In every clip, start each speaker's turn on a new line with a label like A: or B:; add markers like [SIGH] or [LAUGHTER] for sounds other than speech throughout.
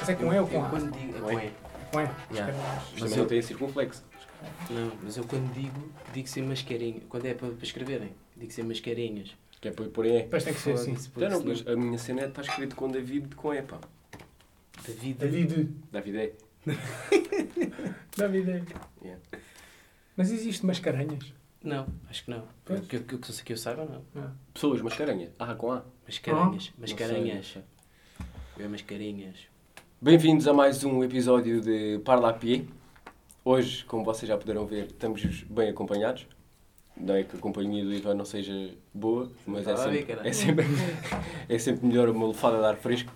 A: Mas é com E ou com
B: É Eu
A: A?
B: quando digo. É com E.
A: Com E. Escreve-
B: Yeah. Mas
C: Também não
B: eu,
C: tem circunflexo.
B: não, mas eu quando digo, digo sem mascarinha. Quando é para, para escreverem, digo sem mascarinhas.
C: Que é para pôr em E.
A: Depois tem que ser assim.
B: Foda-se,
C: Já não,
B: porque
C: mas a minha cena está escrito com David com E, pá.
B: senão- David.
A: David.
C: David é E.
A: David é.
C: Yeah.
A: Mas existe mascaranhas.
B: Não, acho que não.
A: Pois.
B: Que, que, que, que eu saiba, não.
C: Pessoas, mascaranha. Ah, com A.
B: Mascarinhas.
C: Não sei,
B: Mascarinhas.
C: não sei.
B: Eu é mascarinhas.
C: Bem-vindos a mais um episódio de Parla a Pied. Hoje, como vocês já puderam ver, estamos bem acompanhados. Não é que a companhia do Ivan não seja boa, mas é
B: Estava a ver,
C: sempre,
B: caralho.
C: é, sempre, é sempre melhor uma lefada de ar fresco.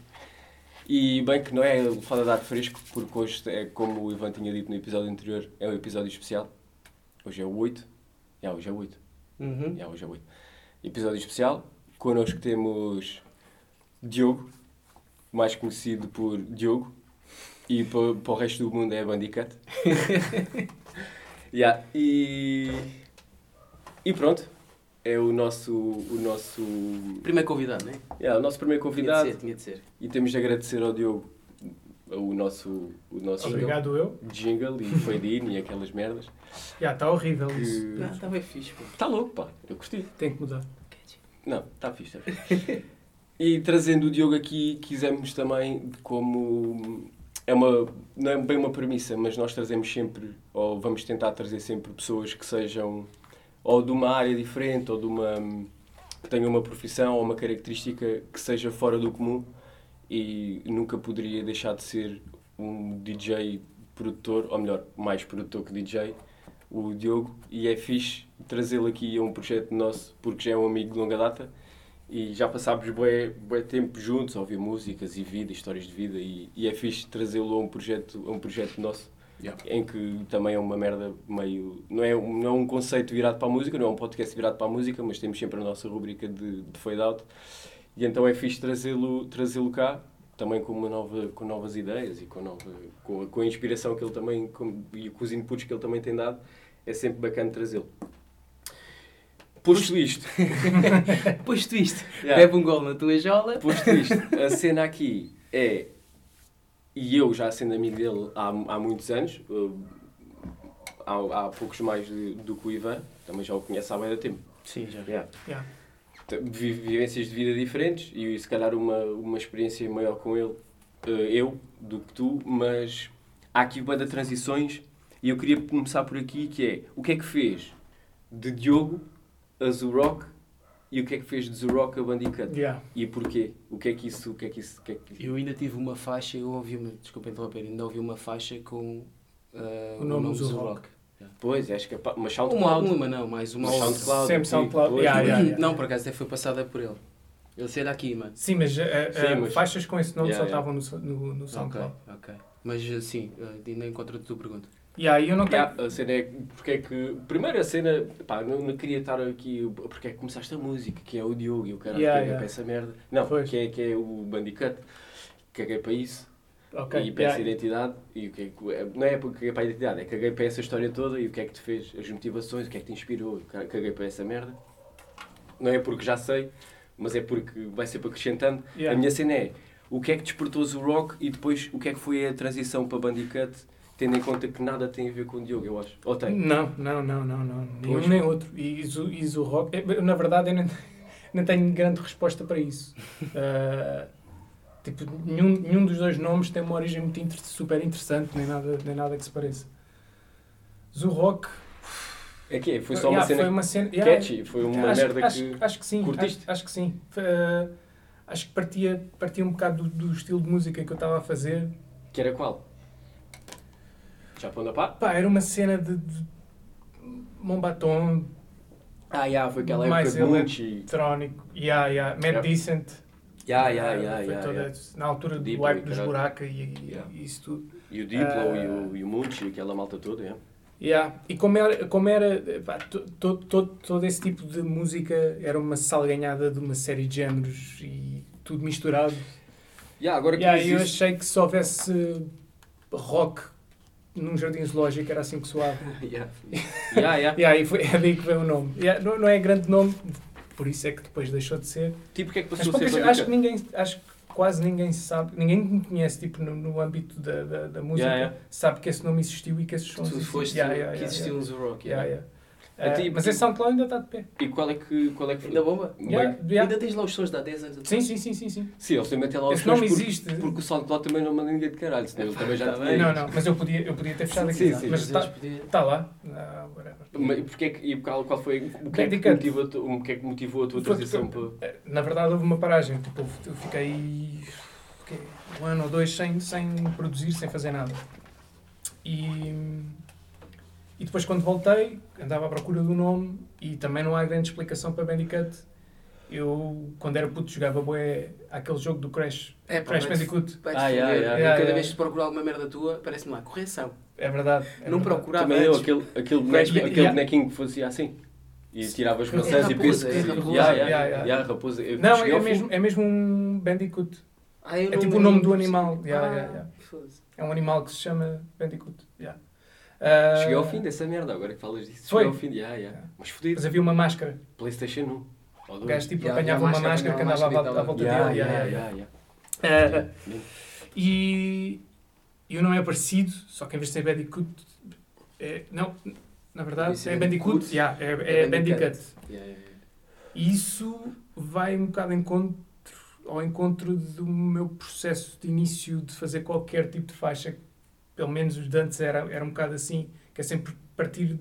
C: E bem que não é lefada de ar fresco, porque hoje, é como o Ivan tinha dito no episódio anterior, é um episódio especial. Hoje é o 8. É, hoje é o 8.
B: Uhum.
C: É, hoje é 8. Episódio especial. Connosco temos Diogo, mais conhecido por Diogo, e para, para o resto do mundo é Bandicat. [LAUGHS] yeah. e, e pronto, é o nosso, o nosso,
B: Primeiro convidado, não é?
C: yeah, o nosso primeiro
B: Tinha de
C: convidado
B: ser, tinha de ser.
C: e temos de agradecer ao Diogo o nosso, o nosso
A: Obrigado eu.
C: jingle e fade-in e aquelas merdas.
A: Já, está tá horrível isso.
B: Não,
C: que-
B: está bem fixe, [LAUGHS] pô.
C: Tá louco, pá, eu gostei.
A: Tem que mudar.
C: Não, está fixe, está fixe. e trazendo o Diogo aqui, quisemos também, como é uma, não é bem uma premissa, mas nós trazemos sempre, ou vamos tentar trazer sempre pessoas que sejam ou de uma área diferente, ou de uma que tenham uma profissão ou uma característica que seja fora do comum e nunca poderia deixar de ser um DJ produtor, ou melhor, mais produtor que DJ, o Diogo, e é fixe trazê-lo aqui a um projeto nosso, porque já é um amigo de longa data e já passámos bué, bué tempo juntos a ouvir músicas e vida, histórias de vida, e, e é fixe trazê-lo a um projeto, a um projeto nosso. Yeah. Em que também é uma merda meio. Não é, um- não é um conceito virado para a música, não é um podcast virado para a música, mas temos sempre a nossa rubrica de, de fade out. E então é fixe trazê-lo trazê cá, também com, uma nova, com novas ideias e com, nova, com, a, com a inspiração que ele também com, e com os inputs que ele também tem dado, é sempre bacana trazê-lo. Posto isto,
B: Posto isto,
C: Yeah.
B: bebe um gol na tua jola.
C: posto isto, a cena aqui é. E eu já sendo amigo dele há, há muitos anos, eh, há, há poucos mais de- do que o Ivan, também já o conheço há bem tempo.
B: Sim, já.
C: Yeah.
A: Já.
C: Te- vi- vivências de vida diferentes e se calhar uma, uma experiência maior com ele, eh, eu, do que tu, mas há aqui uma das transições e eu queria começar por aqui que é o que é que fez de Diogo a Zurok e o que é que fez de Zurok a Bandicoot
A: Já.
C: e porquê? O que é que isso, o que é que isso, o que é que...
B: Eu ainda tive uma faixa, eu ouvi uma, desculpa interromper, ainda ouvi uma faixa com ah,
A: O nome do
B: do
A: rock.
C: Pois, acho que é pá, uma
A: Um
B: Uma,
C: SoundCloud.
B: uma não, mais uma
C: Mas
B: outra.
C: SoundCloud. Cloud,
A: Sempre
C: sim.
A: SoundCloud.
C: Hoje.
A: Já, já, já.
B: Não, por acaso até foi passada por ele. Ele saiu daqui, mano.
A: Sim, mas, eh, eh,
C: Sim, mas-
A: faixas com esse nome
C: Já,
A: só
C: já.
A: estavam no, so- no, no
B: Ok,
A: SoundCloud.
B: ok. Mas ah, sim, ah, ainda encontro a tua pergunta.
A: E aí eu não tenho.
C: Yeah, a cena é porque é que. Primeiro a cena, pá, não, não queria estar aqui porque é que começaste a música, que é o Diogo e o cara
A: Yeah,
C: que é
A: yeah.
C: para essa merda. Não,
A: Pois.
C: que é, que é o Bandicoot, que é para isso
A: Ok.
C: e para essa
A: já.
C: identidade. E o que é que- é- não é porque caguei para a identidade, é caguei para essa história toda e o que é que te fez, as motivações, o que é que te inspirou, cara, caguei para essa merda. Não é porque já sei, mas é porque vai sempre acrescentando.
A: Yeah.
C: A minha cena é o que é que despertou o rock e depois o que é que foi a transição para Bandicoot, tendo em conta que nada tem a ver com o Diogo, eu acho. Ou tem?
A: Não, não, não, não, não. Nenhum
C: Pois.
A: nem outro. E Iso, Iso Rock. eh, Na verdade, eu nem, [LAUGHS] nem tenho grande resposta para
C: [LAUGHS]
A: isso. Ah, tipo, nenhum, nenhum dos dois nomes tem uma origem muito inter- super interessante, nem nada, nem nada que se pareça. Zoo Rock.
C: É que é, foi só uma
A: yeah,
C: cena
A: foi uma cena- yeah,
C: catchy, foi uma
A: acho,
C: merda
A: acho,
C: que.
A: acho que sim.
C: curtiste.
A: Acho, acho que sim. Foi, ah, acho que partia, partia um bocado do, do estilo de música que eu estava a fazer.
C: Que era qual? Japão da pá?
A: Pá, era uma cena de. de Mombatom,
C: Ah, já, foi aquela época
A: Mais
C: de
A: ele- é-
C: Munch.
A: eletrónico, yeah, yeah. Mad
C: Yeah.
A: Decent,
C: Já, já, já,
A: Foi toda-
C: já.
A: Na altura do
C: Deep
A: hype
C: e
A: dos
C: caralho.
A: buraca e, e-
C: Yeah.
A: e isso tudo.
C: E o Diplo
A: Ah.
C: e o- e o Munch e aquela malta toda, é.
A: Yeah. E como era, como era pá, to- to- to- todo esse tipo de música era uma salganhada de uma série de géneros e tudo misturado.
C: Já, agora que
A: Yeah,
C: dizes
A: eu
C: isso-
A: achei que se houvesse rock num jardim zoológico era assim que soava. [LAUGHS]
C: [LAUGHS] Yeah. Yeah, yeah.
A: Yeah, e foi, [LAUGHS] é daí que veio o nome. Yeah, não, não é grande nome, por isso é que depois deixou de ser.
C: Tipo, o que é que
A: Mas
C: passou a
A: poucas-
C: ser
A: acho que
C: Bandicoot?
A: ninguém. Acho que quase ninguém sabe, ninguém que me conhece tipo, no, no âmbito da, da, da música
B: Yeah, yeah.
A: sabe que esse nome existiu e que esses sons
B: Tu
A: existiam.
B: foste
A: Yeah, yeah,
B: que
A: yeah,
B: existiu um Zoo Rock.
A: yeah.
B: yeah.
A: Yeah, yeah.
C: A ti-
A: Eh, mas esse SoundCloud ainda está de pé.
C: E qual é que, qual é que foi?
B: Ainda bomba?
C: Bem,
A: Yeah, yeah.
B: Ainda tens lá os sons de há 10 anos atrás?
A: Sim, sim, sim, sim, sim.
C: Sim, eles também têm lá os
A: Esse nome
C: meus porque,
A: existe.
C: porque o SoundCloud também não manda ninguém de caralho, senão ele também já
B: Tá
C: tinha.
B: bem.
A: Não, não, mas eu podia, eu podia ter fechado
C: Sim,
A: aqui.
C: sim,
A: mas
B: Mas eles
A: está
B: podiam-
A: tá lá. Ah, whatever.
C: Mas porquê é que, e qual, qual foi o que, é que
A: Dedicado.
C: motivou, a tu- o que é que motivou a tua
A: Foi
C: transição para.
A: porque- Na verdade houve uma paragem. Tipo, eu eu fiquei fiquei um ano ou dois sem, sem produzir, sem fazer nada. E, e depois quando voltei, andava à procura do nome e também não há grande explicação para Bandicoot. Eu, quando era puto, jogava bué aquele jogo do Crash.
B: É, pá,
A: Crash
B: vai-te-
A: Bandicoot.
B: vai-te
C: Ah, yeah,
B: foder.
C: yeah.
B: Eu
A: Yeah,
B: Cada
A: yeah.
B: vez que procurar alguma merda tua, parece-me lá, correção.
A: É verdade. é
B: não
A: verdade.
B: procurava
C: Também eu,
B: antes.
C: aquele, aquele,
B: Mas-
C: bonequinho, aquele
A: yeah.
C: bonequinho que fazia assim. E tirava as
B: É
C: maçãs e depois.
B: raposa, é raposa.
C: Yeah, yeah,
A: Yeah,
C: yeah,
A: yeah.
C: raposa. Eu
A: Não,
C: cheguei
A: é
C: ao fim.
A: mesmo, é mesmo um Bandicoot.
B: Ah, eu
A: É
B: não-
A: tipo o nome do
B: não-
A: animal. Yeah,
B: Ah,
A: yeah, yeah.
B: foda-se.
A: É um animal que se chama Bandicoot. Yeah. Ah,
C: Cheguei ao fim dessa merda, agora que falas disso.
A: Foi.
C: Cheguei ao fim. Yeah, yeah. Mas fodido.
A: Ah, Mas havia uma máscara.
C: PlayStation 1. Ou
A: O
C: dois.
A: gajo tipo,
B: Yeah,
A: apanhava
B: yeah,
A: uma
B: máscara,
A: máscara, que andava à
B: apanhava
A: volta, à
B: a
A: volta
C: Yeah,
A: dele.
C: yeah,
A: yeah,
C: yeah, yeah.
A: yeah. Ah, e, e o nome é parecido, só que em vez de ser Bandicoot. É, não, na verdade,
B: Isso
A: é,
B: é
A: Bandicoot.
B: Bandicoot.
A: yeah, é, é
B: É
A: Bandicoot.
B: Bandicoot. Yeah, yeah, yeah.
A: E isso vai um bocado encontro, ao encontro do meu processo de início de fazer qualquer tipo de faixa. Pelo menos os de antes era, era um bocado assim, que é sempre partir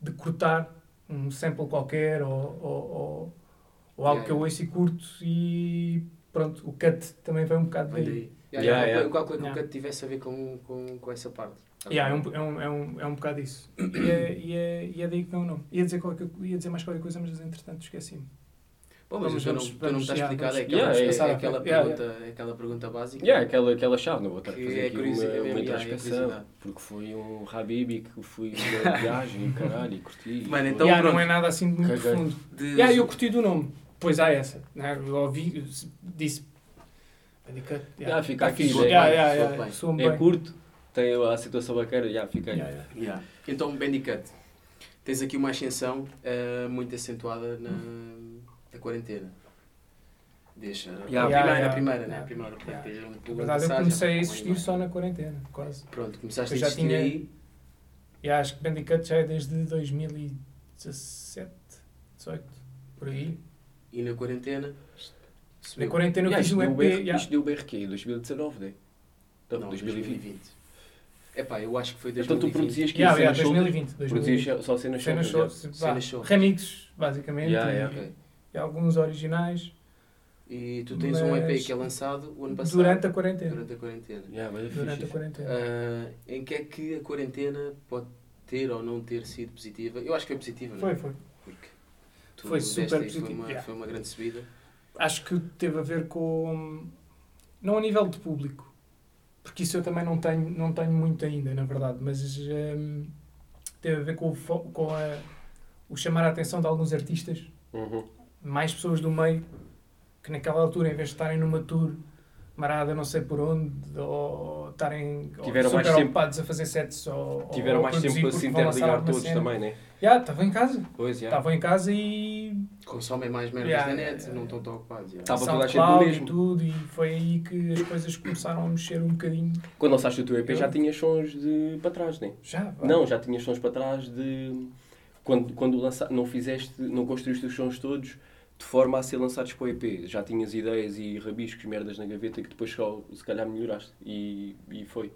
A: de cortar um sample qualquer ou, ou, ou- ou algo
B: Yeah,
A: que eu
B: yeah.
A: ouço e curto e pronto, o cut também vai um bocado
B: Vem
A: daí.
B: daí. Yeah,
C: Yeah,
B: yeah,
C: yeah.
B: Eu calculo que
A: Yeah.
B: nunca tivesse a ver com, com, com essa parte.
A: Yeah, é, um, é, um, é, um, é um bocado isso. E é, e é, e é daí que vem o nome. Ia dizer, qualquer, ia dizer mais qualquer coisa, mas entretanto esqueci-me.
B: Bom, mas
A: Vamos-
B: tu não,
A: vamos-
B: tu não me estás
A: vamos-
B: explicado,
A: yeah,
B: é aquela,
C: vamos
B: é-
A: passar à
B: é aquela
A: frente. Yeah,
B: pergunta, é aquela pergunta básica.
C: Yeah, aquela, aquela chave, não vou estar a
B: Que
C: fazer
B: é
C: aqui
B: curiosi- é
C: uma,
B: mesmo,
C: uma
B: yeah, é
C: introspecção,
B: curiosidade.
C: porque foi um Habibi que fui
A: [LAUGHS]
C: uma viagem e caralho, e curti.
B: Mano,
C: E
B: então
A: Yeah,
B: pronto.
A: não é nada assim muito
C: Caguei.
A: profundo.
B: De-
A: Yeah, eu curti do nome. Pois há essa. Né? Eu ouvi, eu se- disse. Bandicoot.
C: Ah,
A: Tá
C: fica aqui,
A: fixe.
C: né?
A: Yeah,
B: Soa
A: yeah,
B: bem,
A: yeah,
B: soa bem.
A: soa-me
C: É
A: bem.
C: curto, tem a situação bacana, já fica aí.
A: Yeah, yeah.
B: Yeah. Então, Bandicoot, tens aqui uma ascensão eh, muito acentuada na, na quarentena. Deixa.
C: Yeah.
B: a primeira,
A: Yeah,
B: a primeira,
A: yeah.
B: né? A primeira, porque
A: Yeah.
B: tens um
A: Na verdade,
B: pulo de
A: eu
B: passagem,
A: comecei a
B: um
A: existir
B: e-mail.
A: só na quarentena, quase.
B: Pronto, começaste a
A: Eu já
B: existir
A: tinha-
B: aí.
A: E acho que Bandicoot já é desde 2017, 18, por aí.
B: E na quarentena?
A: Na
B: subiu.
A: quarentena eu
C: Yeah,
A: fiz
C: isto,
A: um
C: deu
A: EP.
C: BR,
A: yeah.
C: isto deu é BR quê? 2019, né? Então,
B: Não,
C: 2020.
B: 2020. Epá, eu acho que foi 2020.
C: Então tu produzias 15
A: Yeah, yeah,
C: cenas soltas?
A: 2020. 2020.
C: Produzias só cenas
A: Cenas
C: soltas. já.
A: soltas, vá,
B: Cenas soltas.
A: Remixes, basicamente.
C: Yeah,
A: e-
C: yeah.
B: Ok.
A: E alguns originais.
B: E tu tens um
A: Mas-
B: EP que é lançado o ano passado.
A: Durante a quarentena.
B: durante a quarentena.
C: Yeah, mas é
A: Durante a
C: fixe.
A: quarentena.
B: Ah, em que é que a quarentena pode ter ou não ter sido positiva? Eu acho que foi positiva, não é?
A: Foi, foi.
B: Porque tu
A: Foi
B: deste
A: super
B: aí, Foi
A: positivo,
B: uma,
A: yeah.
B: foi uma grande subida.
A: acho que teve a ver com não a nível de público porque isso eu também não tenho não tenho muito ainda na verdade mas hum, teve a ver com o, fo- com a- o chamar a atenção de alguns artistas
C: Uhum.
A: mais pessoas do meio que naquela altura em vez de estarem numa tour marada não sei por onde ou estarem ou
C: Tiveram mais
A: super
C: tempo-
A: ocupados a fazer sets ou
C: Tiveram
A: ou a
C: mais tempo
A: produzir porque
C: para se
A: vão lançar
C: interligar
A: alguma
C: todos
A: cena.
C: também, né?
A: já estava em casa
C: Pois, já.
A: estava em casa e
B: Consomem mais merdas
A: Yeah,
B: da net,
A: yeah, yeah, yeah.
B: não estão tão ocupados. yeah.
C: Tá. Estava toda a gente no
A: SoundCloud
C: mesmo.
A: e tudo e foi aí que as coisas começaram a mexer um bocadinho
C: Quando lançaste o teu EP
A: Eu-
C: já tinhas sons de para trás, né?
A: Já, vá.
C: Não, já tinhas sons para trás de quando, quando lança... não fizeste, não construíste os sons todos de forma a ser lançados para o EP. Já tinhas ideias e rabiscos, merdas na gaveta que depois só se calhar melhoraste e, e foi.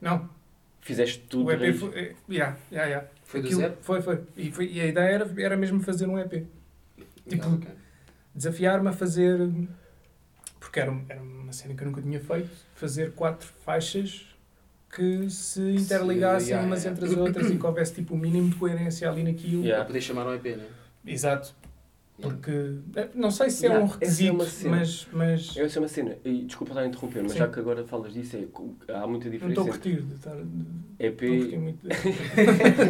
A: Não,
C: Fizeste tudo
A: o
C: de
A: EP
C: raiz.
A: foi. eh, Yeah, yeah, yeah.
B: Foi do
A: Aquilo-
B: zero?
A: Foi, foi. E, foi- e a ideia era, era mesmo fazer um EP. Tipo-
B: Yeah, Ah, ok.
A: Desafiar-me a fazer. Porque era, um- era uma cena que eu nunca tinha feito. Fazer quatro faixas que se
B: se-
A: interligassem
B: yeah,
A: umas
B: yeah.
A: entre as outras e que houvesse tipo o mínimo de coerência ali naquilo.
C: Yeah.
B: Para poder chamar um EP, né?
A: Exato.
B: Yeah.
A: Porque. eh, Não sei se é
C: Yeah,
A: um
C: essa é
A: requisito,
C: uma cena.
A: mas. mas
C: É essa uma cena, e desculpa estar a interromper, mas
A: Sim.
C: já que agora falas disso, é, co- há muita
A: não estou
C: diferença
A: a
C: entre
A: curtir de estar. de- Não
C: EP,
A: curti muito. [LAUGHS]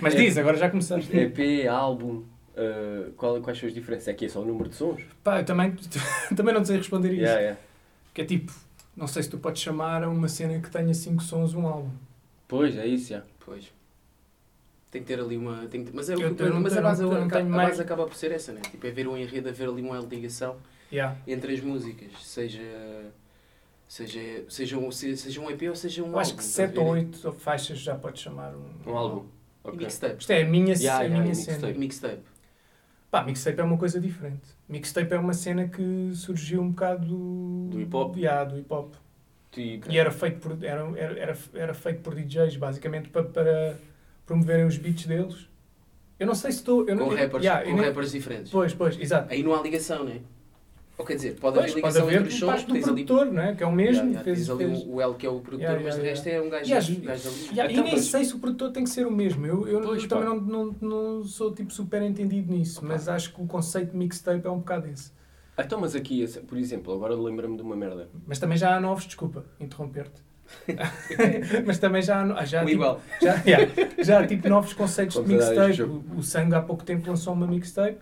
A: mas
C: É-
A: diz, agora já começaste.
C: EP álbum, ah, qual, quais são as diferenças? É que é só o número de sons?
A: Pá, eu também, [LAUGHS] também não sei responder isso.
C: Yeah, yeah.
A: Que é tipo, não sei se tu podes chamar a uma cena que tenha 5 sons um álbum.
C: Pois, é isso, yeah.
B: Pois. Tem que ter ali uma. Tem que ter- mas é, o
A: Eu
B: que-
A: tenho-
B: mas a
A: eu
B: base,
A: não
B: a,
A: tenho
B: a base
A: mais-
B: acaba por ser essa, né? Tipo, é ver é um enredo, haver ali uma ligação
A: Yeah.
B: entre as músicas, seja, seja, seja, um, se- seja um EP ou seja um
A: Eu acho
B: álbum,
A: que
B: estás a
A: 7 ou
B: ver?
A: 8 faixas já pode chamar um.
C: Um álbum.
B: E
C: Ok.
B: mixtape.
A: Isto é a minha,
C: Yeah,
A: a
C: yeah,
A: minha
C: mixtape.
A: cena.
B: Mixtape.
A: Pá, mixtape é uma coisa diferente. Mixtape é uma cena que surgiu um bocado do.
C: Do hip-hop?
A: Yeah, do hip hop.
C: Tipo,
A: E era feito por, era, era, era, era feito por DJs, basicamente, para, para promoverem os beats deles. Eu não sei se estou. eu
B: com
A: não- eu-
B: rappers,
A: yeah, eu
B: com
A: nem-
B: rappers diferentes.
A: Pois, pois, exato.
B: Aí não há ligação, né? Ou quer dizer,
A: Pois,
B: pode haver
A: pode
B: ligação
A: haver
B: entre os
A: por
B: sons,
A: parte do
B: tens ali.
A: produtor, não é? que é o mesmo.
B: Yeah, yeah,
A: fez,
B: tens ali
A: fez-
B: o- o L que é o produtor,
A: Yeah,
B: mas
A: yeah,
B: de resto é um gajo,
A: E às-
B: gajo da luz.
A: Yeah, e
C: Então,
A: nem
C: mas-
A: sei se o produtor tem que ser o mesmo. Eu, eu
C: Pois,
A: também
C: pá.
A: não, não, não sou tipo super entendido nisso, mas acho que o conceito de mixtape é um bocado esse.
C: Ah, Então, mas aqui, esse- por exemplo, agora lembra-me de uma merda.
A: Mas também já há novos, desculpa
B: [LAUGHS]
A: interromper-te. [LAUGHS] mas também já há, no- já, há,
B: O
A: tipo,
B: igual.
A: já, yeah, já há tipo novos conceitos de
C: Vamos a dar
A: mixtape.
C: este
A: O, o Sangue há pouco tempo lançou uma mixtape.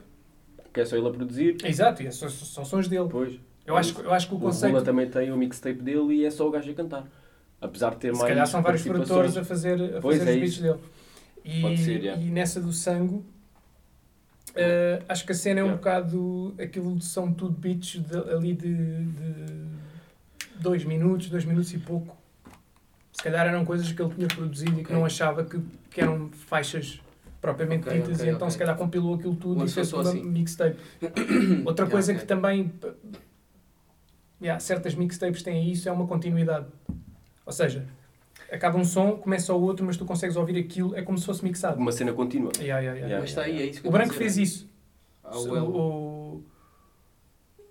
C: Que é só ele a produzir.
A: Exato, e são, são sons dele.
C: Depois,
A: Eu acho, que- eu acho que o
C: o
A: conceito.
C: Lula também tem o mixtape dele e é só o gajo a cantar. Apesar de ter mais
A: Se calhar são vários
C: participações.
A: produtores a fazer, a
C: Pois,
A: fazer
C: é
A: os beats
C: isso.
A: dele. E,
C: Pode ser, é.
A: e nessa do Sango, eh, acho que a cena é um
C: Yeah.
A: bocado. Aquilo são tudo beats de- ali de, de dois minutos, dois minutos e pouco. Se calhar eram coisas que ele tinha produzido e que
B: Ok.
A: não achava que, que eram faixas propriamente
B: Ok,
A: ditas,
B: ok,
A: e então
B: ok.
A: se calhar compilou aquilo tudo e
B: Lançou
A: fez
B: só
A: uma
B: assim.
C: [COUGHS]
A: mixtape. Outra
B: Yeah,
A: coisa
B: ok.
A: que também. p- yeah, certas mixtapes têm isso, é uma continuidade. Ou seja, acaba um som, começa o outro, mas tu consegues ouvir aquilo, é como se fosse mixado.
C: Uma cena contínua.
A: Yeah, yeah, yeah.
C: Yeah.
B: Mas está aí, é isso que
A: O
B: eu tô a
A: Branco
B: dizer.
A: fez isso.
B: Ah,
A: O,
B: o L.
A: o-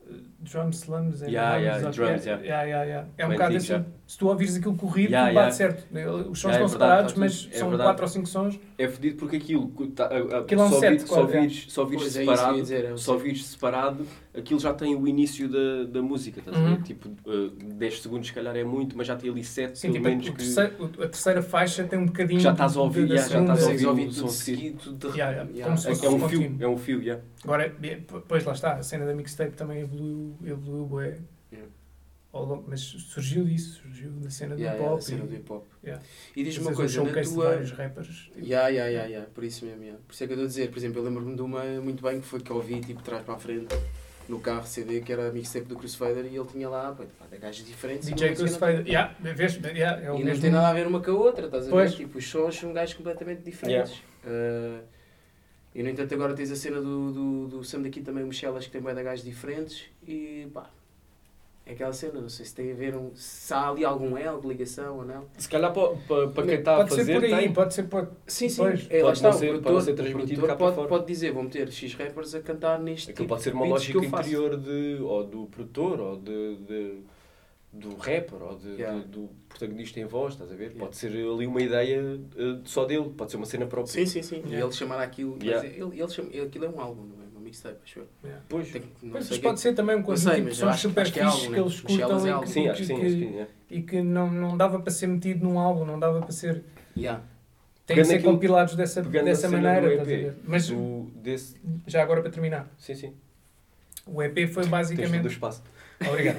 A: eh, Drum Slums. é
C: Yeah,
A: Drums,
C: yeah,
A: ok.
C: drums, yeah.
A: Yeah, yeah, yeah. É um
C: Bem
A: bocado
C: antigo já.
A: assim. Se tu ouvires aquilo corrido,
C: Yeah,
A: tudo bate
C: yeah.
A: certo. Os sons
C: Yeah, é
A: estão
C: verdade,
A: separados,
C: tá
A: mas
C: tudo- é
A: são
C: verdade.
A: 4 ou 5 sons.
C: É fedido porque aquilo. que tá- a- a-
A: Aquilo é um
C: só
A: set,
C: vi- só
A: quase, é.
C: vires, só
B: Pois,
C: vires
B: é isso que eu ia
C: separado.
B: dizer, é um
C: só
B: set.
C: vires separado, aquilo já tem o início da, da música, estás a
A: Uhum.
C: ver? Tipo, eh, 10 segundos, se calhar é muito, mas já tem ali 7
A: Sim,
C: pelo
A: tipo, a,
C: menos
A: o
C: que,
A: terceiro- o- a terceira faixa tem um bocadinho.
C: que já estás a ouvir,
A: da
C: já, já
A: segunda.
C: estás a
B: Consegues
C: ouvir
B: ouvir
C: o
B: tudo
C: som
B: seguido, tudo de
A: Yeah, yeah.
B: Yeah.
A: Como se fosse
C: É, é um
A: contínuo.
C: fio, é um fio, yeah.
A: Agora, é, pois lá está, a cena da mixtape também evoluiu, evoluiu bué.
B: Yeah.
A: Ao longo- mas surgiu disso, surgiu na cena do
B: Yeah,
A: pop.
B: yeah, a
A: e,
B: cena do hip hop.
A: Yeah.
B: E
A: às
B: diz-me uma
A: vezes, um
B: coisa, na
A: showcase de
B: tua,
A: vários rappers. tipo,
B: Ya, ya, ya, ya, por isso mesmo, ya. Por isso é que eu estou a dizer, por exemplo, eu lembro-me de uma muito bem que foi que eu ouvi, tipo, de trás para a frente, no carro CD, que era a mixtape do Crucifader, e ele tinha lá, pá, pá, de gajos diferentes. e
A: DJ
B: uma música não-
A: Crucified. Yeah, vês, yeah, é o
B: e não
A: mesmo.
B: tem nada a ver uma com a outra, estás a ver?
A: Pois.
B: Tipo, os sons são gajos completamente diferentes. Ah, e no entanto agora tens a cena do, do, do Sam daqui também, o Michelas, que tem bué de gajos diferentes e pá, é aquela cena, não sei se tem a ver, um, se há ali algum elo de ligação ou não.
C: Se calhar para, quem está
B: tá
C: a
A: Pode ser
C: fazer,
A: por aí,
C: tem.
A: pode ser por.
B: Sim, sim,
A: Pois,
B: é, lá
C: pode
B: está,
C: não ser-
B: o
C: pode
B: produtor,
C: não ser
B: o
C: transmitido
B: produtor
C: cá para
B: pode,
C: fora.
B: pode dizer, vão meter X rappers a cantar neste tipo
C: Aquilo É pode ser
B: de
C: uma
B: beats
C: lógica
B: que eu faço.
C: interior de, ou do produtor, ou de, de- do rapper, ou de,
B: Yeah.
C: de- do protagonista em voz, estás a ver?
B: Yeah.
C: Pode ser ali uma ideia eh, só dele, pode ser uma cena própria.
B: Sim, sim, sim. E
A: Yeah.
B: ele chamar aquilo, mas
C: Yeah.
B: ele, ele chama, aquilo é um álbum, não é? Uma mixtape, acho eu.
C: Pois.
B: Tem que-
A: Mas
B: não sei
A: isto
B: o que é
A: pode ser também um conjunto
B: sei,
A: de
B: mas
A: sons
B: acho-
A: super
B: acho que é
A: fixes
B: algo,
A: que
B: né?
A: eles
B: Mas elas é
A: escutam
B: algo.
A: e
C: Sim, acho que
A: que-
C: sim,
A: que-
C: acho que sim. é.
A: e que não, não dava para ser metido num álbum, não dava para ser.
B: que- Yeah.
A: Tem que
C: Pegando
A: ser
C: aquilo-
A: compilados dessa,
C: pegando
A: dessa
C: a cena
A: maneira.
C: do
A: estás a
C: EP.
A: ver? Mas
C: Do, desse,
A: já agora para terminar,
C: sim, sim.
A: o EP foi
C: Tens todo o
A: basicamente.
C: espaço.
A: Obrigado.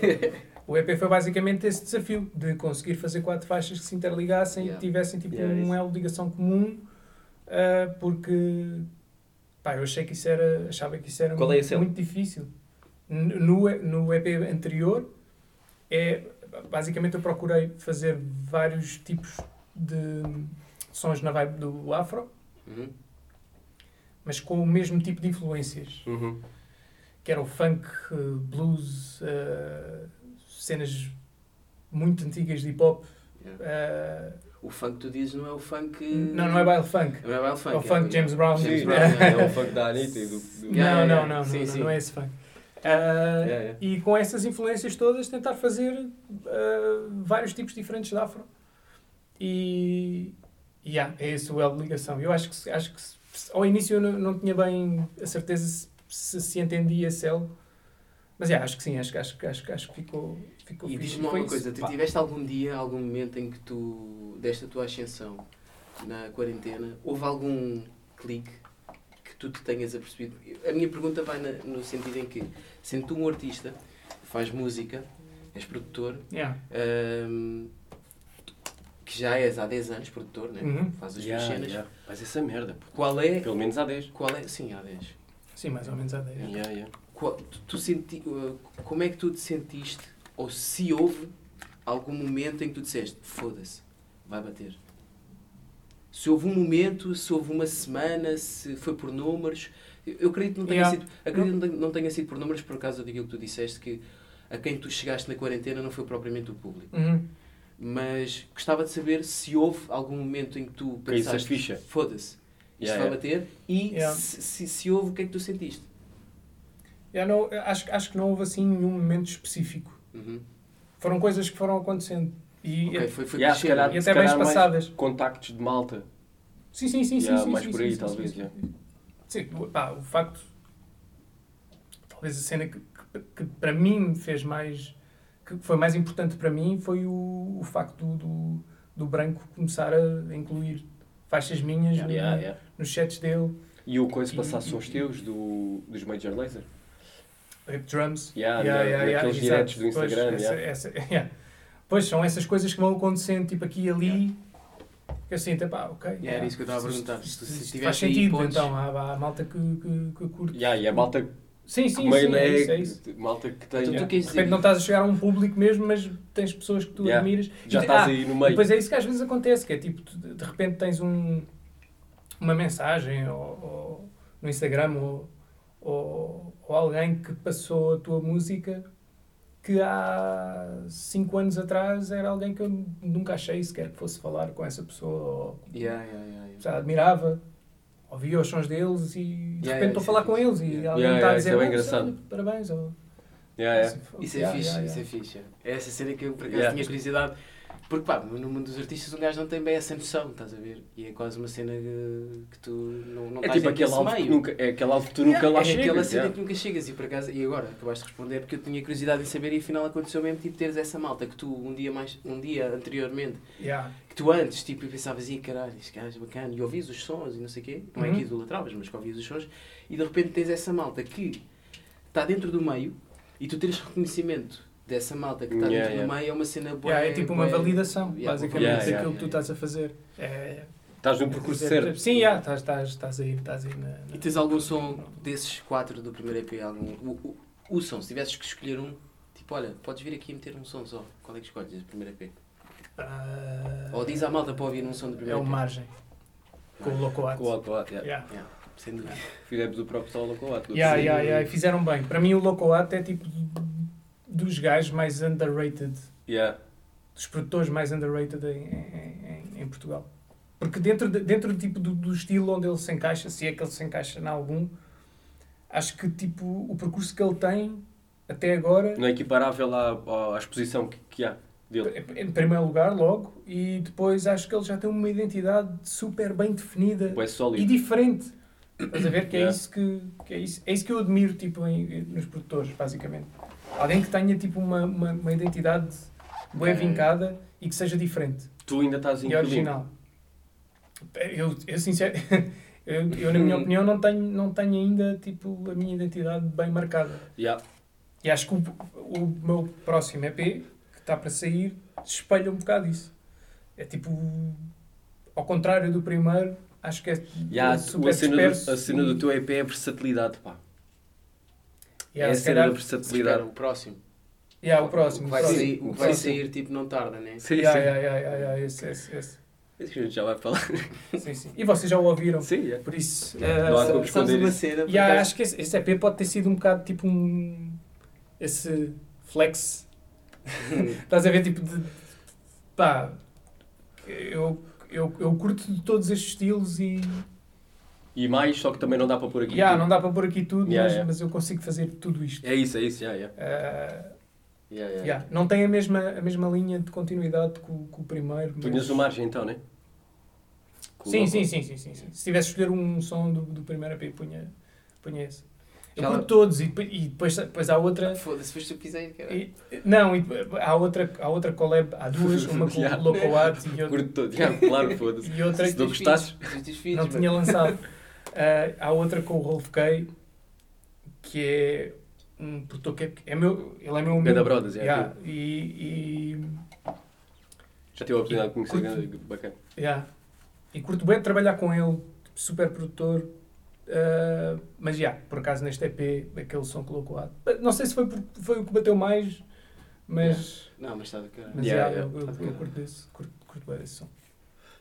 A: O EP foi basicamente esse desafio de conseguir fazer quatro faixas que se interligassem
B: Yeah.
A: e que tivessem tipo
C: Yeah, é
A: um
C: isso.
A: elo de ligação comum, ah, porque pá, eu achei que isso era, achava que isso era
C: Qual é
A: muito,
C: esse elo?
A: muito difícil. N- No, E- no EP anterior é basicamente eu procurei fazer vários tipos de sons na vibe do afro,
B: Uhum.
A: mas com o mesmo tipo de influências
C: Uhum.
A: que era o funk, eh, blues, eh, cenas muito antigas de hip hop.
B: Yeah.
A: eh,
B: O funk que tu dizes não é o funk.
A: não, não é baile funk.
B: Não é baile funk.
A: É o funk James Brown.
B: James
C: Sim,
B: Brown,
C: é,
B: é.
C: o funk da Anitta e do... do-
A: Não,
B: Yeah, yeah,
A: não,
B: yeah.
A: não, não,
B: Sim,
A: não,
B: sim.
A: não é esse funk. Eh,
C: Yeah, yeah.
A: E com essas influências todas, tentar fazer eh, vários tipos diferentes de afro. E. Yeah, é esse o elo de ligação. Eu acho que, se- acho que se- se- ao início eu não, não tinha bem a certeza se se, se entendia esse elo. Mas yeah, acho que sim, acho, que- acho, que- acho, que- acho que ficou. ficou
B: E
A: fixe.
B: diz-me
A: Foi
B: uma
A: isso.
B: coisa, tu
A: Pá.
B: tiveste algum dia, algum momento em que tu deste a tua ascensão na quarentena? Houve algum clique que tu te tenhas apercebido? A minha pergunta vai na- no sentido em que, sendo tu um artista, faz música, és produtor,
A: Yeah.
B: hum, que já és há 10 anos produtor, né?
A: Uhum.
B: fazes as tuas
C: Yeah,
B: cenas.
C: yeah. Mas essa merda, pô.
B: Qual é.
C: Pelo menos há 10.
B: Qual é. Sim, há 10.
A: Sim, mais ou menos há 10.
C: Yeah, yeah.
B: qual- tu, tu senti, uh, como é que tu te sentiste, ou se houve algum momento em que tu disseste, foda-se, vai bater? Se houve um momento, se houve uma semana, se foi por números. Eu, eu acredito que não tenha
A: Yeah.
B: sido. Acredito que não tenha sido por números por causa daquilo que tu disseste, que a quem tu chegaste na quarentena não foi propriamente o público.
A: Uhum.
B: Mas gostava de saber se houve algum momento em que tu
C: Caísse a
B: pensaste,
C: ficha.
B: foda-se, isto
C: Yeah,
B: vai
C: yeah.
B: bater, e
A: Yeah.
B: se, se, se houve, o que é que tu sentiste?
A: Eu não, eu acho, acho que não houve assim nenhum momento específico.
B: Uhum.
A: Foram coisas que foram acontecendo. E é-
B: Ok, foi, foi
C: Yeah, se
B: crescendo.
C: calhar-
A: E até bens
C: se calhar mais
A: passadas.
C: Contactos de malta.
A: Sim, sim, sim,
C: Yeah,
A: sim, sim.
C: mais
A: sim,
C: por
A: sim,
C: aí,
A: sim,
C: talvez,
A: Sim,
C: yeah.
A: Sim, pá, o facto. Talvez a cena que, que, que para mim me fez mais. que foi mais importante para mim foi o, o facto do, do, do branco começar a incluir faixas minhas
C: Yeah,
A: no-
C: yeah, yeah.
A: nos sets dele,
C: E o coisa
A: E-
C: passar só os teus, do, dos Major Laser.
A: drums.
C: Yeah,
A: Yeah,
C: na-
A: yeah, yeah,
C: naqueles
A: exato.
C: diretos do Instagram.
A: Pois,
C: yeah.
A: essa- [LAUGHS] essa- yeah. Pois, são essas coisas que vão acontecendo, tipo aqui e ali, que eu sinto, pá, ok.
B: Yeah, era isso que eu estava a perguntar. Se tu- se
A: Isto faz
B: tivesse aí
A: sentido,
B: pontos-
A: então, há, há malta que, que, que curte.
C: Yeah, e a malta que
A: Sim, sim,
C: meio
A: sim,
C: não
A: é,
C: é,
A: isso, é isso.
C: malta que tem.
B: Então, tu
C: yeah.
B: queres
A: De
B: dizer-
A: repente não estás a chegar a um público mesmo, mas tens pessoas que tu
C: Yeah.
A: admiras.
C: Já
A: E-
C: estás
A: ah,
C: aí no
A: e
C: meio.
A: Depois é isso que às vezes acontece, que é tipo, tu, de de repente tens um, uma mensagem ou, ou no Instagram ou, ou, ou alguém que passou a tua música que há cinco anos atrás era alguém que eu nunca achei sequer que fosse falar com essa pessoa, ou
B: Yeah, yeah, yeah, yeah.
A: já admirava, ouvia os sons deles e de
B: Yeah,
A: repente
B: yeah,
A: estou a
B: isso
A: falar
B: é
A: com
B: fixe.
A: eles e
B: Yeah.
A: alguém
C: Yeah,
A: está a
C: yeah,
A: dizer
C: isso é bem
A: "Ah,
C: engraçado."
A: olha, parabéns. Ou, assim,
C: Yeah, yeah.
B: Isso é
A: Yeah,
B: fixe,
A: yeah,
B: isso é
A: yeah.
B: fixe. É essa cena que eu por acaso
C: Yeah.
B: tinha curiosidade. Porque pá, no mundo dos artistas um gajo não tem bem essa noção, estás a ver? E é quase uma cena que, que tu não, não
C: É
B: estás dentro
C: tipo aquele
B: desse
C: alvo, que
B: meio.
C: nunca, é aquele alvo que tu nunca lá
B: é
C: chegas.
B: aquela cena
C: yeah.
B: que nunca chegas e por acaso, e agora acabaste de responder porque eu tinha curiosidade em saber e afinal aconteceu mesmo tipo teres essa malta que tu um dia mais um dia anteriormente,
A: Yeah.
B: que tu antes tipo pensavas, e caralho, este gajo é bacana, e ouvias os sons e não sei o quê, não é
A: Uhum.
B: que idolatravas, mas que ouvias os sons, e de repente tens essa malta que está dentro do meio e tu tens reconhecimento dessa malta que está
C: Yeah,
B: dentro do
C: yeah.
B: meio é uma cena boa.
A: Yeah, é tipo uma validação,
B: yeah,
A: basicamente,
C: yeah, yeah,
A: daquilo
B: yeah.
A: que tu estás a fazer. É,
C: Estás num percurso
A: é-
C: certo.
A: Sim, yeah, estás, estás, estás aí, estás aí na, na-
B: E tens algum som desses quatro do primeiro EP? Algum, o, o, o som, se tivesses que escolher um, tipo, olha, podes vir aqui e meter um som só. Qual é que escolhes do primeiro EP?
A: Ah,
B: Ou diz à malta para ouvir um som do
A: É
B: primeiro
A: o
B: EP?
A: margem. Com o Loco Ato.
C: Com o autoato. Yeah.
A: Yeah.
B: Yeah, sem dúvida.
C: Fizemos o próprio solo com o autoato.
A: Yeah,
C: Sim.
A: yeah, yeah, e Fizeram bem. Para mim, o Loco Ato é tipo dos gajos mais underrated,
C: Yeah.
A: dos produtores mais underrated em, em- em- em Portugal. Porque dentro, de- dentro tipo, do, do estilo onde ele se encaixa, se é que ele se encaixa em algum, acho que tipo, o percurso que ele tem até agora
C: Não é equiparável à, à- à exposição que, que há dele.
A: Em primeiro lugar, logo, e depois acho que ele já tem uma identidade super bem definida
C: É
A: e
C: sólido.
A: diferente. Estás a ver que é,
C: Yeah.
A: isso que, que é isso é isso que eu admiro tipo, em- nos produtores, basicamente. Alguém que tenha tipo, uma, uma, uma identidade bem
C: Yeah.
A: vincada e que seja diferente
C: Tu ainda estás em
A: e original. Eu, eu sincero, [LAUGHS] eu, eu, na
C: Hum.
A: minha opinião não tenho, não tenho ainda tipo, a minha identidade bem marcada.
C: Yeah.
A: E acho que o, o meu próximo EP, que está para sair, espelha um bocado isso. É tipo, ao contrário do primeiro, acho que é
C: Yeah,
A: é
C: a,
A: super
C: cena
A: disperso.
C: do, a cena do teu EP é a versatilidade, pá.
A: Yeah,
C: é a
A: se
C: cena
A: calhar-
C: da versatilidade.
B: Espera, o próximo.
A: yeah, É o próximo. o
B: O que vai,
A: próximo.
B: sair, o que vai sair, tipo, não tarda, né?
C: Sim,
A: Yeah,
C: sim.
A: yeah, yeah, yeah, yeah, esse, esse, esse.
C: Isso que a gente já vai falar.
A: Sim, sim. E vocês já o ouviram,
C: Sim, yeah.
A: por isso...
C: Não há
A: eh,
C: como
B: Sabes sabes
C: responder
B: uma
C: isso.
B: cena? por
A: Yeah,
B: acaso?
A: acho que esse, esse EP pode ter sido um bocado tipo um. Esse
C: [LAUGHS]
A: flex. Estás a ver? Tipo de. Pá. Eu, eu, eu curto de todos estes estilos e.
C: E mais, só que também não dá para pôr aqui.
A: Yeah,
C: tudo.
A: não dá para pôr aqui tudo,
C: Yeah,
A: mas,
C: yeah.
A: mas eu consigo fazer tudo isto.
C: É isso, é isso, yeah, yeah.
A: Ah,
C: Yeah, yeah,
A: yeah, Não tem a mesma, a mesma linha de continuidade que o, que o primeiro.
C: Tu tinhas o margem então, né? Com o
A: Sim,
C: álcool.
A: sim, sim, sim, sim, sim. Se tivesse escolher um som do, do primeiro EP, punha, punha esse. Eu
B: Já-
A: curto todos e, depois- e depois, depois há outra.
B: Foda-se, foste tu que pisei, cara.
A: E- não, e, há, outra, há outra collab, há
C: [LAUGHS]
A: duas, uma com
C: Yeah.
A: o Loco Art e, outra-
C: Curto todo. Yeah, claro, foda-se.
A: e outra
C: Se não
A: que
C: gostasses,
B: Os teus
A: não
B: filhos,
A: tinha
C: [LAUGHS]
A: lançado. Ah, há outra com o Rolf Kay, que é um produtor que é, é meu, ele é meu amigo.
C: Ganda Brothers, é
A: yeah, e,
C: já tive a oportunidade de conhecer grande, bacana.
A: e, yeah. e curto bem trabalhar com ele, super produtor, Uh, mas já, por acaso neste EP, aquele som colocou lá. Não sei se foi, por- foi o que bateu mais, mas.
B: Não, mas está do caralho.
A: Mas já,
C: Yeah, yeah.
A: eu, eu-
B: Tá do
A: eu
B: caralho.
A: curto esse, curto, curto bem esse som.